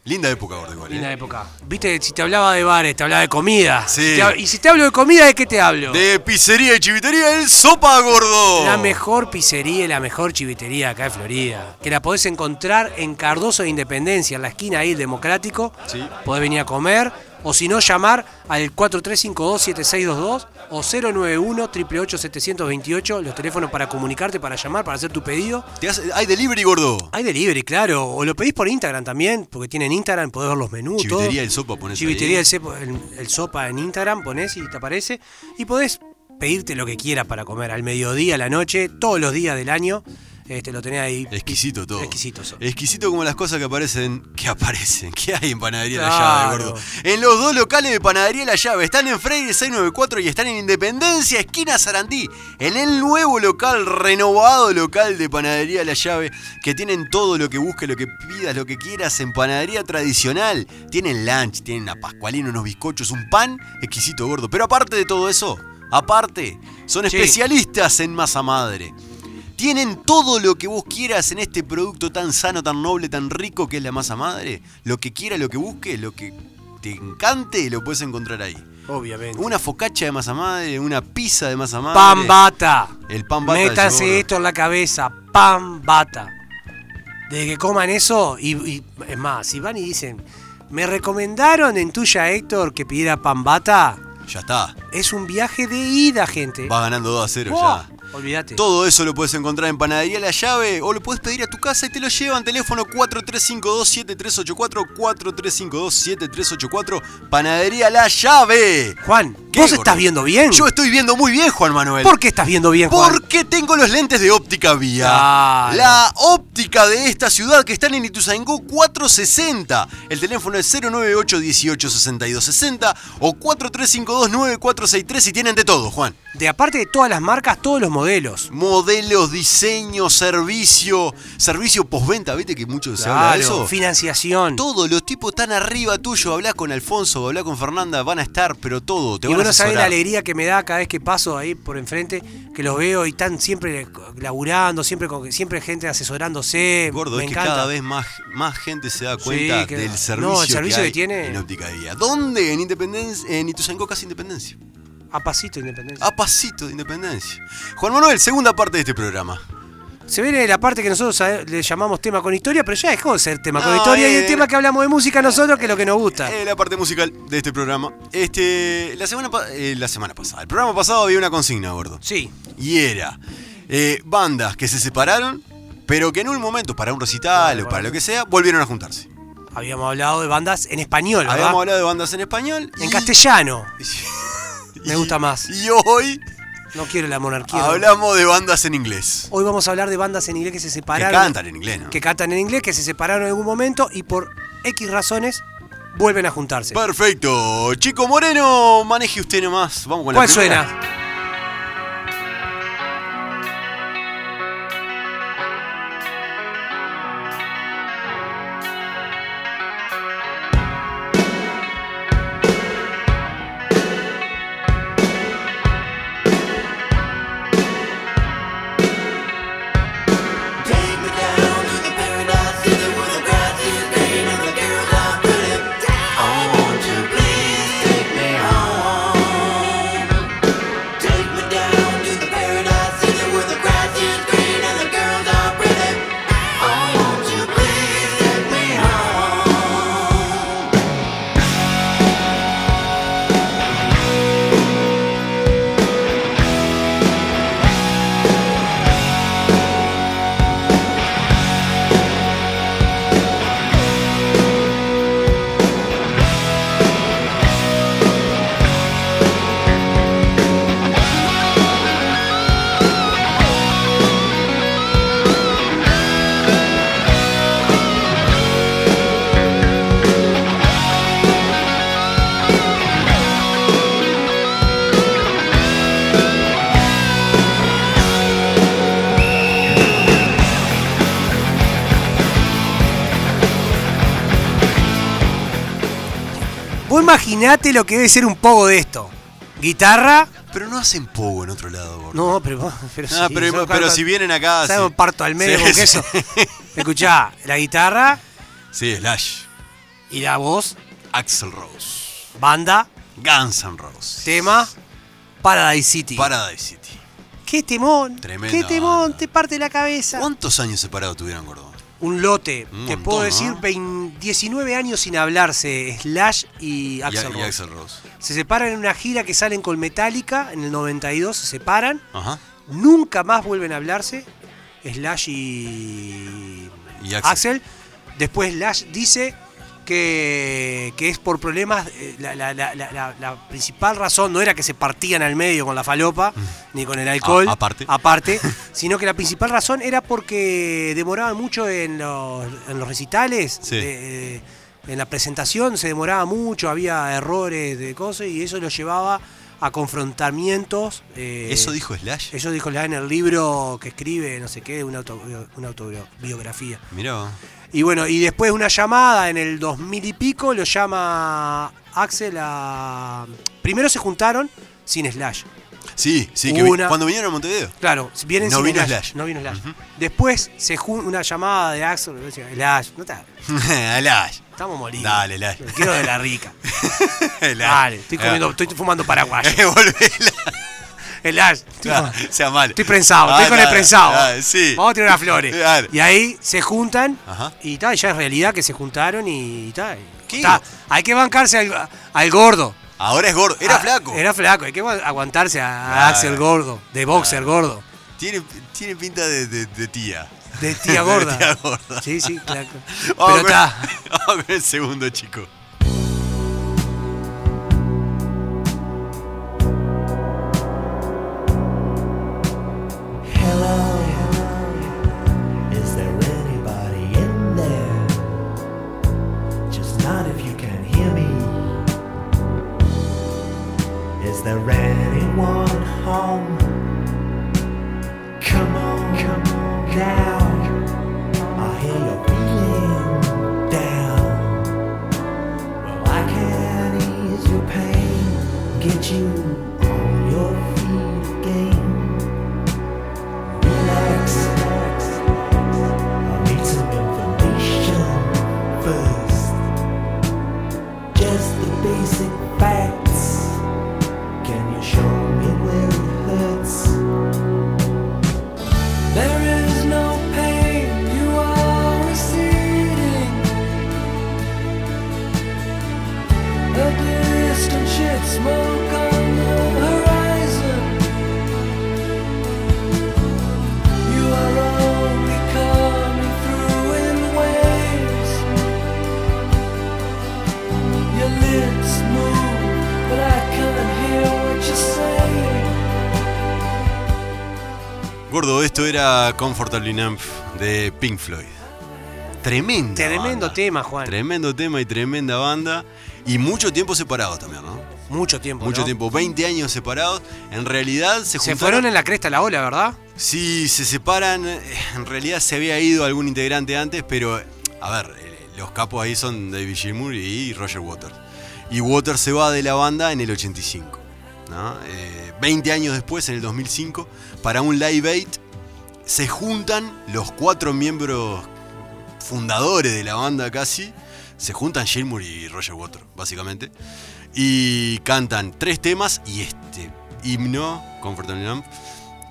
B: Linda época, gordo, igual,
C: Linda
B: eh.
C: época. Viste, si te hablaba de bares, te hablaba de comida.
B: Sí.
C: Si te hab- y si te hablo de comida, ¿de qué te hablo?
B: De pizzería y chivitería, el sopa gordo.
C: La mejor pizzería y la mejor chivitería acá de Florida. Que la podés encontrar en Cardoso de Independencia, en la esquina ahí, el Democrático.
B: Sí.
C: Podés venir a comer. O si no, llamar al 4352-7622 o 091-888-728. Los teléfonos para comunicarte, para llamar, para hacer tu pedido.
B: Te hace- hay delivery, gordo.
C: Hay delivery, claro. O lo pedís por Instagram también, porque tienen Instagram, podés ver los menús.
B: Chivitería
C: todo.
B: El Sopa, ponés
C: Chivitería
B: ahí.
C: el, Sepo- el- el Sopa en Instagram, pones y te aparece. Y podés pedirte lo que quieras para comer, al mediodía, a la noche, todos los días del año. Este, lo tenés ahí.
B: Exquisito todo.
C: Exquisito eso.
B: Exquisito como las cosas que aparecen. Que aparecen. que hay en Panadería La Llave,
C: Claro.
B: gordo? En los dos locales de Panadería La Llave. Están en Freire 694 y están en Independencia, esquina Sarandí. En el nuevo local, renovado local de Panadería La Llave. Que tienen todo lo que busques, lo que pidas, lo que quieras en panadería tradicional. Tienen lunch, tienen una pascualina, unos bizcochos, un pan. Exquisito, gordo. Pero aparte de todo eso, aparte, son
C: Sí.
B: especialistas en masa madre. Tienen todo lo que vos quieras en este producto tan sano, tan noble, tan rico que es la masa madre. Lo que quieras, lo que busques, lo que te encante, lo puedes encontrar ahí.
C: Obviamente.
B: Una focacha de masa madre, una pizza de masa madre.
C: pan bata.
B: El pan bata del sabor,
C: Métanse
B: ¿no?
C: esto en la cabeza. Pan bata. Desde que coman eso, y, y- es más, si van y dicen, me recomendaron en tuya, Héctor, que pidiera pan bata.
B: Ya está.
C: Es un viaje de ida, gente.
B: Va ganando 2 a 0 ya.
C: Buah, Olvídate.
B: Todo eso lo puedes encontrar en Panadería La Llave o lo puedes pedir a tu casa y te lo llevan. Teléfono 4352-7384, 4352-7384, Panadería La Llave.
C: Juan,
B: ¿Qué,
C: vos
B: gordo?
C: estás viendo bien.
B: Yo estoy viendo muy bien, Juan Manuel.
C: ¿Por qué estás viendo bien, Juan?
B: Porque tengo los lentes de óptica vía.
C: Claro.
B: La óptica de esta ciudad que están en Ituzaingó 460. El teléfono es 098 18 62 60 o 4352 9463 y tienen de todo, Juan.
C: De aparte de todas las marcas, todos los modelos.
B: Modelos, diseño, servicio, servicio postventa, viste que mucho se habla de
C: Claro,
B: eso.
C: financiación.
B: Todos los tipos están arriba tuyo, hablás con Alfonso, hablás con Fernanda, van a estar, pero todo, te
C: y
B: van
C: bueno,
B: a
C: saben
B: asesorar.
C: la alegría que me da cada vez que paso ahí por enfrente, que los veo y están siempre laburando, siempre con siempre gente asesorándose.
B: Gordo,
C: me
B: es que
C: encanta.
B: cada vez más, más gente se da cuenta
C: que-
B: del
C: no,
B: servicio,
C: el servicio
B: que,
C: que
B: hay
C: tiene-
B: en Óptica Día. ¿Dónde? En Independencia, en Ituzaingó casi Independencia.
C: A pasito independencia.
B: A pasito de Independencia. Juan Manuel, segunda parte de este programa.
C: Se viene la parte que nosotros sabe- le llamamos tema con historia, pero ya dejó de ser tema con
B: No,
C: historia y el
B: eh,
C: tema que hablamos de música nosotros que es lo que nos gusta.
B: Eh, la parte musical de este programa. Este, la semana pa- eh, la semana pasada, el programa pasado había una consigna, gordo.
C: sí.
B: Y era eh, bandas que se separaron, pero que en un momento para un recital o para lo que sea, volvieron a juntarse.
C: Habíamos hablado de bandas en español, ¿verdad?
B: Habíamos hablado de bandas en español.
C: En
B: y-
C: castellano.
B: y-
C: Me gusta más.
B: Y hoy
C: No quiero la monarquía.
B: hablamos de bandas en inglés.
C: Hoy vamos a hablar de bandas en inglés que se
B: Que
C: separaron.
B: cantan en inglés, ¿no?
C: que cantan en inglés, que se separaron en algún momento y por X razones vuelven a juntarse.
B: Perfecto. Chico Moreno, maneje usted nomás. Vamos con la
C: ¿Cuál
B: primera.
C: suena?
A: Take me down to the paradise city with the grass is green and the girls are pretty. Oh, won't you please take me home? Take me down to the paradise city where the grass is green and the girls are pretty. Oh, won't you please take me home?
C: Vos imaginate lo que debe ser un poco de esto. Guitarra.
B: Pero no hacen pogo en otro lado, gordo.
C: No, pero, pero,
B: Ah,
C: sí,
B: pero,
C: yo
B: pero
C: canto-
B: si vienen acá.
C: ¿sabes?
B: sí.
C: Parto al medio
B: Sí,
C: con
B: sí.
C: queso. Escuchá, la guitarra
B: Sí, Slash.
C: y la voz,
B: Axel Rose.
C: banda,
B: Guns N' Roses.
C: tema, Paradise City.
B: Paradise City.
C: ¡Qué temón!
B: Tremenda
C: ¡Qué temón!
B: banda.
C: Te parte la cabeza.
B: ¿Cuántos años separados tuvieron, gordo?
C: Un lote.
B: Un
C: Te
B: montón,
C: puedo decir
B: ¿no?
C: 20 19 años sin hablarse. Slash y
B: Y a-
C: Axel
B: y,
C: Rose.
B: Axel Rose.
C: Se separan en una gira que salen con Metallica en el 92, se separan,
B: Ajá.
C: nunca más vuelven a hablarse, Slash y,
B: Y Axl.
C: Después Slash dice que, que es por problemas, eh, la, la- la- la- la- la principal razón no era que se partían al medio con la falopa, ni con el alcohol,
B: Mm. A- aparte.
C: aparte, sino que la principal razón era porque demoraban mucho en los, en los recitales.
B: Sí.
C: de- eh, en la presentación se demoraba mucho, había errores de cosas y eso lo llevaba a confrontamientos. eh,
B: ¿Eso dijo Slash?
C: Eso dijo la- en el libro que escribe, no sé qué, una, autobio- una autobiografía.
B: Mirá. vos.
C: Y bueno, y después una llamada en el 2000 y pico lo llama Axel a... Primero se juntaron sin Slash.
B: Sí, sí, que vi-
C: Una-
B: cuando vinieron a Montevideo.
C: Claro, vienen
B: No
C: sin
B: vino
C: Slash,
B: Slash.
C: No vino Slash. Después se junta una llamada de Axel, le decía, Slash, no está,
B: Slash.
C: estamos molidos.
B: Dale, Slash.
C: Me Quiero de la rica.
B: Slash.
C: Dale, estoy comiendo,
B: Ah.
C: estoy fumando paraguayo.
B: Eh, volvela.
C: Slash, estoy
B: Ah,
C: fumando-
B: sea mal.
C: Estoy prensado,
B: Ah,
C: estoy con el
B: dale,
C: prensado.
B: dale, sí.
C: Vamos a tirar unas flores.
B: Dale.
C: Y ahí se juntan
B: Ajá.
C: y tal, ya es realidad que se juntaron y tal.
B: ¿Qué?
C: Ta, hay que bancarse al, al gordo.
B: Ahora es gordo. Era
C: Ah,
B: flaco.
C: Era flaco, hay que agu- aguantarse a
B: Claro.
C: Axel Gordo, de boxer gordo,
B: Tiene, tiene pinta de, de- de tía.
C: de tía gorda.
B: de tía gorda. Oh,
C: Sí, sí, claro.
B: Vamos
C: Pero
B: con-
C: está.
B: Vamos con el segundo, chico.
F: Hello. Is there anybody in there? Just not if you can hear me. Is there anyone home? The distant ship smoke on the horizon. You are only coming through in waves. Your lips move, but I can't hear what you're saying.
B: Gordo, esto era Comfortable Enough de Pink Floyd. Tremenda.
C: Tremendo
B: banda.
C: tema, Juan.
B: Tremendo tema y tremenda banda. Y mucho tiempo separados también, ¿no?
C: Mucho tiempo.
B: Mucho
C: ¿no?
B: tiempo, 20 años separados. En realidad se
C: Se
B: juntaron.
C: fueron en la cresta de la ola, ¿verdad?
B: Sí, se separan. eh, En realidad se había ido algún integrante antes, pero. A ver, eh, los capos ahí son David Gilmour y Roger Waters. Y Waters se va de la banda en el 85. ¿no? Eh, 20 años después, en el 2005, para un Live Aid, se juntan los cuatro miembros fundadores de la banda casi. Se juntan Gilmour y Roger Waters, básicamente. Y cantan tres temas y este himno, Comfortable Lamp.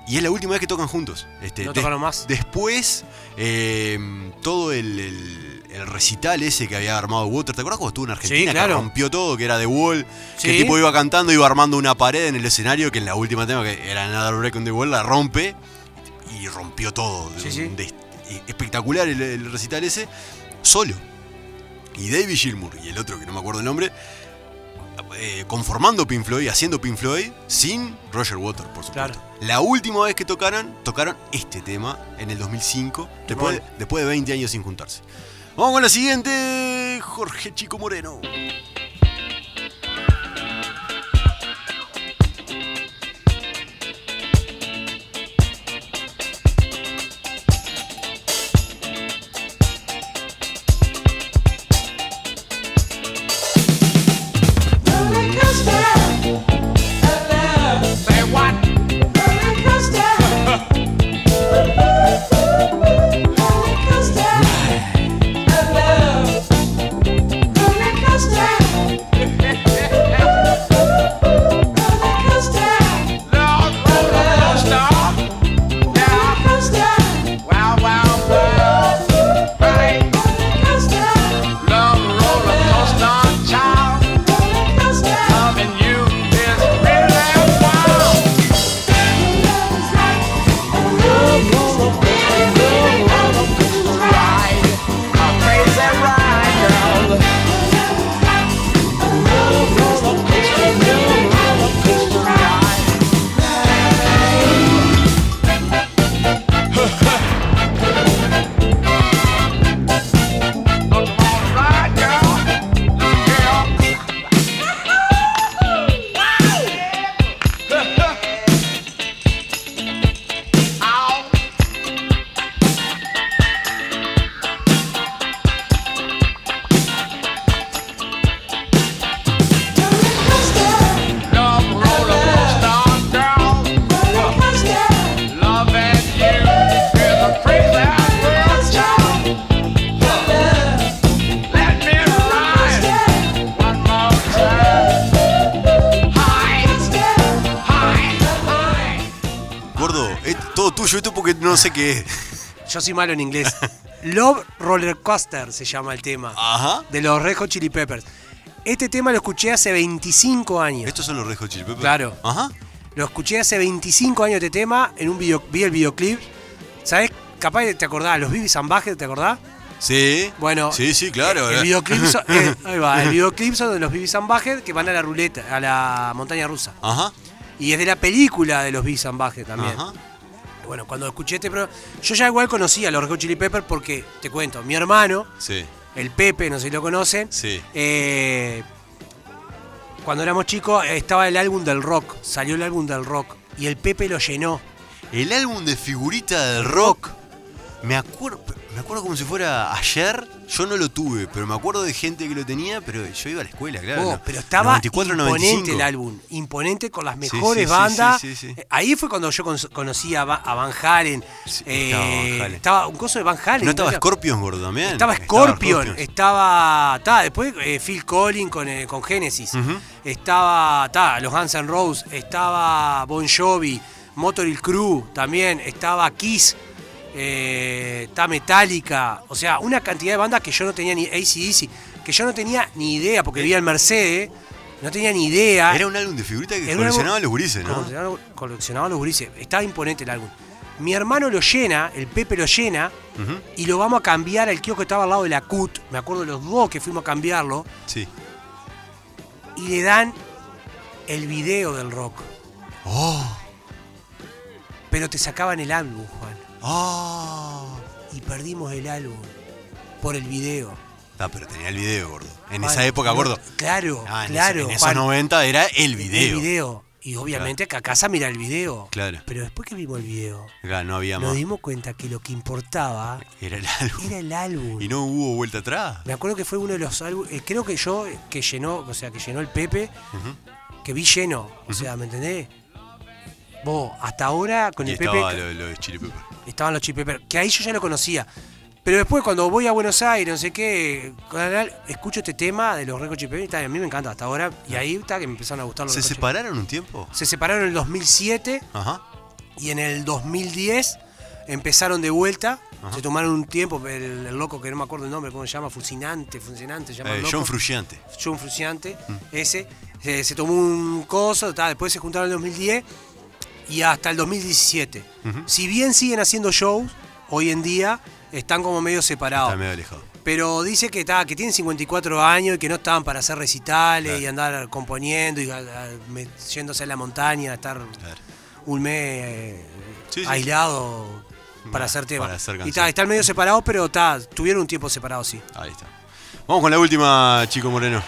B: Y es la última vez que tocan juntos. Este,
C: No
B: des-
C: tocaron más.
B: Después, eh, todo el, el- el recital ese que había armado Waters, ¿te acuerdas cuando estuvo en Argentina? que
C: claro.
B: rompió todo, que era The Wall. Que el
C: Sí.
B: tipo iba cantando, iba armando una pared en el escenario que en la última tema, que era Another Break on the Wall, la rompe y rompió todo.
C: Sí, sí.
B: De- espectacular el, el recital ese, solo. Y David Gilmour y el otro que no me acuerdo el nombre, eh, conformando Pink Floyd, haciendo Pink Floyd, sin Roger Waters, por supuesto.
C: Claro.
B: La última vez que tocaron, tocaron este tema en el 2005, después, después de 20 años sin juntarse. Vamos con la siguiente, Jorge Chico Moreno. Gordo, es todo tuyo esto porque no sé qué es.
C: Yo soy malo en inglés. Love Roller Coaster se llama el tema.
B: Ajá.
C: De los Red Hot Chili Peppers. Este tema lo escuché hace 25 años.
B: Estos son los Red Hot Chili Peppers.
C: Claro.
B: Ajá.
C: Lo escuché hace 25 años este tema. En un video, vi el videoclip. ¿Sabes? Capaz que te acordás, los Bibis Zambajes, ¿te acordás?
B: Sí.
C: Bueno,
B: Sí, sí, claro.
C: El videoclip son, eh, ahí va, el videoclip son de los Bibis Zambajes que van a la ruleta, a la montaña rusa.
B: Ajá.
C: Y es de la película de los Bibis Zambajes también.
B: Ajá.
C: Bueno, cuando escuché este programa, yo ya igual conocía a los Red Hot Chili Peppers porque, te cuento, mi hermano,
B: Sí.
C: el Pepe, no sé si lo conocen,
B: Sí.
C: eh, cuando éramos chicos eh, estaba el álbum del rock, salió el álbum del rock y el Pepe lo llenó.
B: El álbum de figurita del rock. Me acuerdo, me acuerdo como si fuera ayer. Yo no lo tuve, pero me acuerdo de gente que lo tenía, pero yo iba a la escuela, claro.
C: Oh,
B: no.
C: pero estaba
B: 94,
C: imponente
B: 95.
C: el álbum, imponente con las
B: Sí, sí,
C: mejores
B: sí,
C: bandas.
B: sí, sí, sí.
C: Eh, Ahí fue cuando yo cons- conocí a, Va- a Van Halen.
B: Sí,
C: eh,
B: estaba Van Halen.
C: estaba un coso de Van Halen.
B: ¿No estaba
C: Era-
B: Scorpion, gordo, también?
C: Estaba Scorpion,
B: Scorpion.
C: estaba. ta, después eh, Phil Collins con, eh, con Genesis.
B: Ujú.
C: Estaba. ta, los Guns N' Roses. Estaba Bon Jovi. Motoril Crew también. Estaba Kiss. eh, Está Metallica. O sea, una cantidad de bandas que yo no tenía ni ACDC. que yo no tenía ni idea, porque vivía en Mercedes, no tenía ni idea.
B: Era un álbum de figuritas que
C: Era un álbum-
B: coleccionaban los gurises, ¿no?
C: Coleccionaba, coleccionaba los gurises. Estaba imponente el álbum. Mi hermano lo llena, el Pepe lo llena,
B: Ujú.
C: y lo vamos a cambiar al kiosco que estaba al lado de la CUT. Me acuerdo de los dos que fuimos a cambiarlo.
B: Sí.
C: Y le dan el video del rock.
B: ¡Oh!
C: Pero te sacaban el álbum, Juan.
B: ¡Oh!
C: Y perdimos el álbum por el video.
B: Ah, pero tenía el video, gordo. En
C: Juan,
B: esa época,
C: no,
B: gordo.
C: Claro,
B: Ah, en
C: claro.
B: ese- En,
C: Juan.
B: esos 90 era el
C: El
B: video.
C: video. Y obviamente que a casa mira el video.
B: Claro.
C: Pero después que vimos el video,
B: Acá no había
C: nos
B: más.
C: dimos cuenta que lo que importaba
B: Era el álbum.
C: era el álbum.
B: Y no hubo vuelta atrás.
C: Me acuerdo que fue uno de los álbumes, eh, creo que yo, eh, que llenó, o sea, que llenó el Pepe, que vi lleno, o sea, ¿me entendés? Vos, hasta ahora con
B: Y
C: el Pepe
B: estaba lo, lo de Chili Pepper.
C: estaban los Chili Peppers, que ahí yo ya lo conocía. Pero después cuando voy a Buenos Aires, no sé qué, con Anal, escucho este tema de los Reco Chili Peppers, y está, a mí me encanta hasta ahora, y ahí está que me empezaron a gustar los
B: Ah. ¿Se
C: Red Hot Chili-
B: separaron un tiempo?
C: Se separaron en el 2007
B: Ajá.
C: y en el 2010 empezaron de vuelta. Se tomaron un tiempo, el, el loco que no me acuerdo el nombre, ¿cómo se llama? Fucinante, Fucinante, se llama el
B: Eh,
C: loco.
B: John Frusciante.
C: John Fruciante,
B: Mm.
C: ese, se, se tomó un coso, ta, después se juntaron en el 2010 y hasta el 2017. Si bien siguen haciendo shows, hoy en día están como medio separados.
B: Está medio alejado.
C: Pero dice que, ta, que tienen 54 años y que no estaban para hacer recitales
B: Claro.
C: y andar componiendo y a- a- me- yéndose a la montaña, estar
B: Claro.
C: un mes eh,
B: Sí, sí.
C: aislado para
B: Nah,
C: hacer temas.
B: para hacer
C: y
B: canciones.
C: ta, están medio separados, pero ta, tuvieron un tiempo separados, sí.
B: Ahí está. Vamos con la última, Chico Moreno.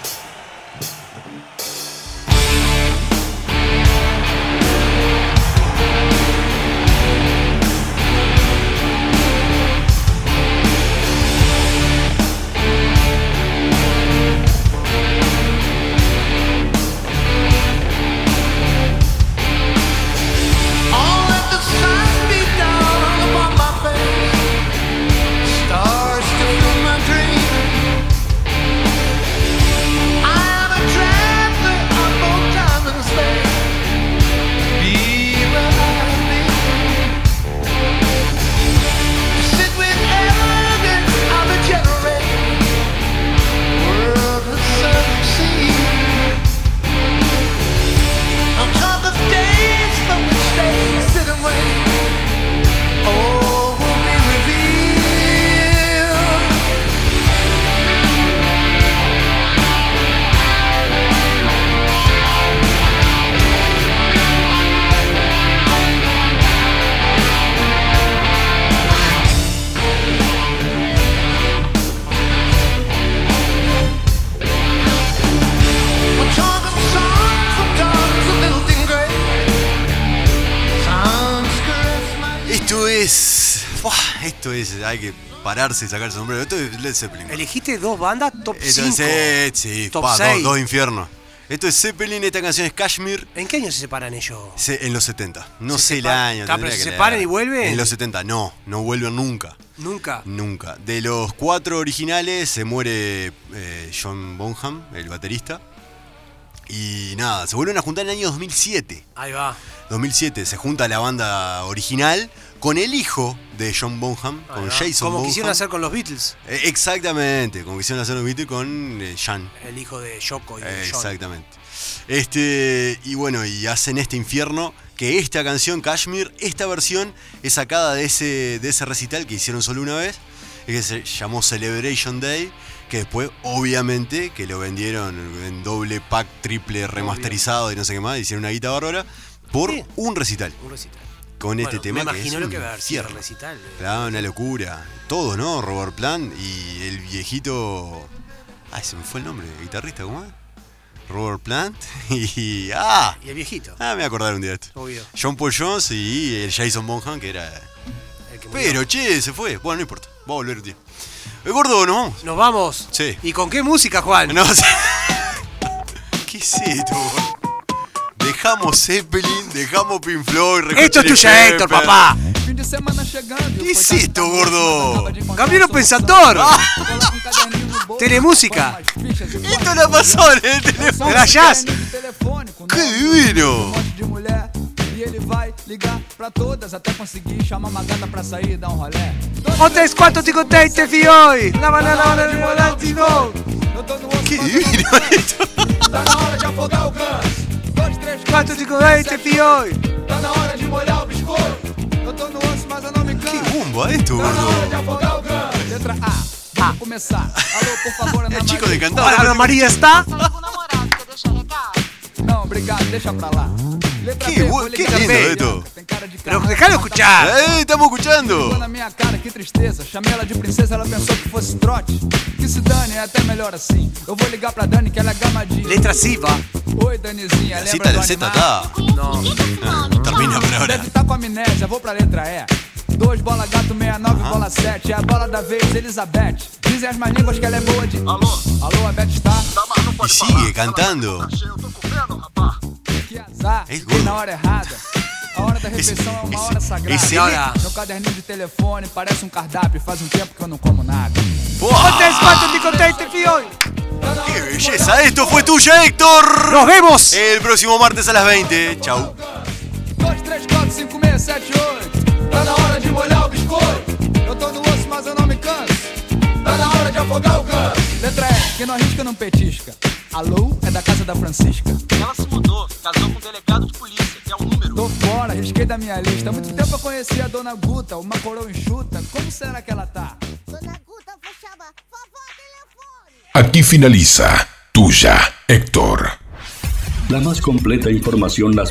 G: On top of days for which they sit and wait. All will be revealed. We're talking songs from dogs of little dingrey. Sounds caress my
B: Esto es. Buah, esto es. Hay que pararse y sacarse el sombrero. Esto es Led Zeppelin.
C: Elegiste dos bandas top 5.
B: Entonces, sí,
C: Top
B: pa, dos-
C: seis.
B: dos, infiernos. Esto es Zeppelin, esta canción es Kashmir
C: ¿En qué año se separan ellos?
B: se- en los 70. No
C: Se
B: sé el
C: separa-
B: año.
C: Está,
B: tendría
C: pero se
B: que
C: separan
B: leer.
C: y vuelven.
B: En los 70, no, no vuelven nunca.
C: Nunca.
B: Nunca. De los cuatro originales se muere eh, John Bonham, el baterista. Y nada, se vuelven a juntar en el año 2007.
C: Ahí va.
B: 2007 se junta la banda original con el hijo de John Bonham,
C: ahí
B: con
C: va.
B: Jason
C: Como
B: Bonham.
C: quisieron hacer con los Beatles.
B: Eh, Exactamente, como quisieron hacer los Beatles con eh, Jan.
C: El hijo de Yoko y de
B: Eh,
C: John.
B: Exactamente. Este, y bueno, y hacen este infierno que esta canción, Kashmir, esta versión es sacada de ese, de ese recital que hicieron solo una vez, y que se llamó Celebration Day, que después obviamente que lo vendieron en doble pack, triple remasterizado y no sé qué más, hicieron una guita bárbara por
C: Sí.
B: un recital
C: Un recital.
B: con este
C: Bueno,
B: tema
C: me
B: que es
C: imagino lo
B: un
C: que va a haber sido el
B: infierno.
C: recital. eh.
B: Claro, Ah, una locura. Todo, ¿no? Robert Plant y el viejito. Ah, se me fue el nombre, guitarrista, ¿cómo es? Robert Plant y. ¡Ah!
C: Y el viejito.
B: Ah, me voy a acordar un día de esto.
C: Obvio.
B: John Paul Jones y el Jason Bonham, que era.
C: el que murió.
B: Pero, che, se fue. Bueno, no importa. Va a volver, tío. El gordo, nos vamos.
C: Nos vamos.
B: Sí.
C: ¿Y con qué música, Juan?
B: No sé. ¿Qué es esto, gordo? Dejamos Zeppelin, dejamos Pink Floyd, Red Hot
C: Esto es
B: Chili
C: tuya, Héctor,
B: Pepper.
C: papá.
B: ¿Qué es esto, gordo?
C: Gabriel Pensador. Telemúsica.
B: Esto ¿eh? la pasó en el teléfono.
C: Era jazz.
B: ¡Qué divino!
H: de mulher. E Ele vai ligar pra todas até conseguir chamar uma gata pra sair e dar um rolé.
C: O 3, 4,
H: tipo?
C: 5, 10, te fioi. La banana, la banana, la banana, si no.
H: Que
B: divino esto.
H: Tá na hora de afogar o ganso. Dois, três,
C: Quatro, cinco, seis, te fioi.
H: Tá na hora de molhar o biscoito. Eu tô no osso, mas eu não me canso.
B: Bumbo a esto,
H: Tá na hora
B: gordo.
H: de afogar o Ah. ganso. Letra A. A. Começar. Alô, por favor, Ana
B: El chico de
H: Maria.
B: cantar.
C: Ahora Ana María está.
H: Não, obrigado, deixa pra lá. Letra
B: Que
H: B,
B: bu-
H: vou
B: que
H: ligar
B: lindo
H: pra
B: esto.
H: Bianca, tem cara de
C: Pero
H: cara.
C: déjalo escuchar.
B: ¡Eh, estamos
H: Ficou
B: escuchando!
H: na minha cara, que tristeza. Chamei ela de princesa, ela pensou que fosse trote. Que se dane, é até melhor assim. Eu vou ligar pra Dani, que ela é
B: ¿Eh?
H: gamadinha.
C: Letra sí, va.
H: Oi, Danizinha,
B: La
H: lembra
B: cita
H: do
B: del Z
H: animal?
B: está.
C: No.
B: Termina por ahora.
H: Deve tá com amnésia, vou pra letra E. 2 bola gato, 69 bola 7. É a bola da vez, Elizabeth. Dizem as más línguas que ela é boa de. Alô? Alô, a Beth tá? está.
B: Y sigue cantando.
H: Que azar.
B: É gordo.
H: Fiquei na hora errada. A hora da refeição é uma
B: esse-
H: hora sagrada.
B: esse-
C: Ahora.
H: Meu caderninho de telefone parece um cardápio. Faz um tempo que eu não como nada.
B: Ah.
C: O 3, 4, 5, 10, te fioi.
B: ¡Qué belleza! Esto fue tuya, Héctor.
C: Nos vemos.
B: El próximo martes a las 20. Chau.
H: 2, 3, 4, 5, 6, 7, 8. Tá na hora de molhar o biscoito. Eu tô no osso, mas eu não me canso. Tá na hora de afogar o ganso. Letra E, quem não arrisca não petisca. Alô, é da casa da Francisca.
I: Ela se mudou, casou com um delegado de polícia, que é o número.
H: Tô fora, risquei da minha lista. Há muito tempo eu conheci a dona Guta, uma coroa enxuta. Como será que ela tá?
J: Dona Guta vou chamar. Vovó, telefone.
K: Aquí finaliza Tuya, Héctor.
L: La más completa información las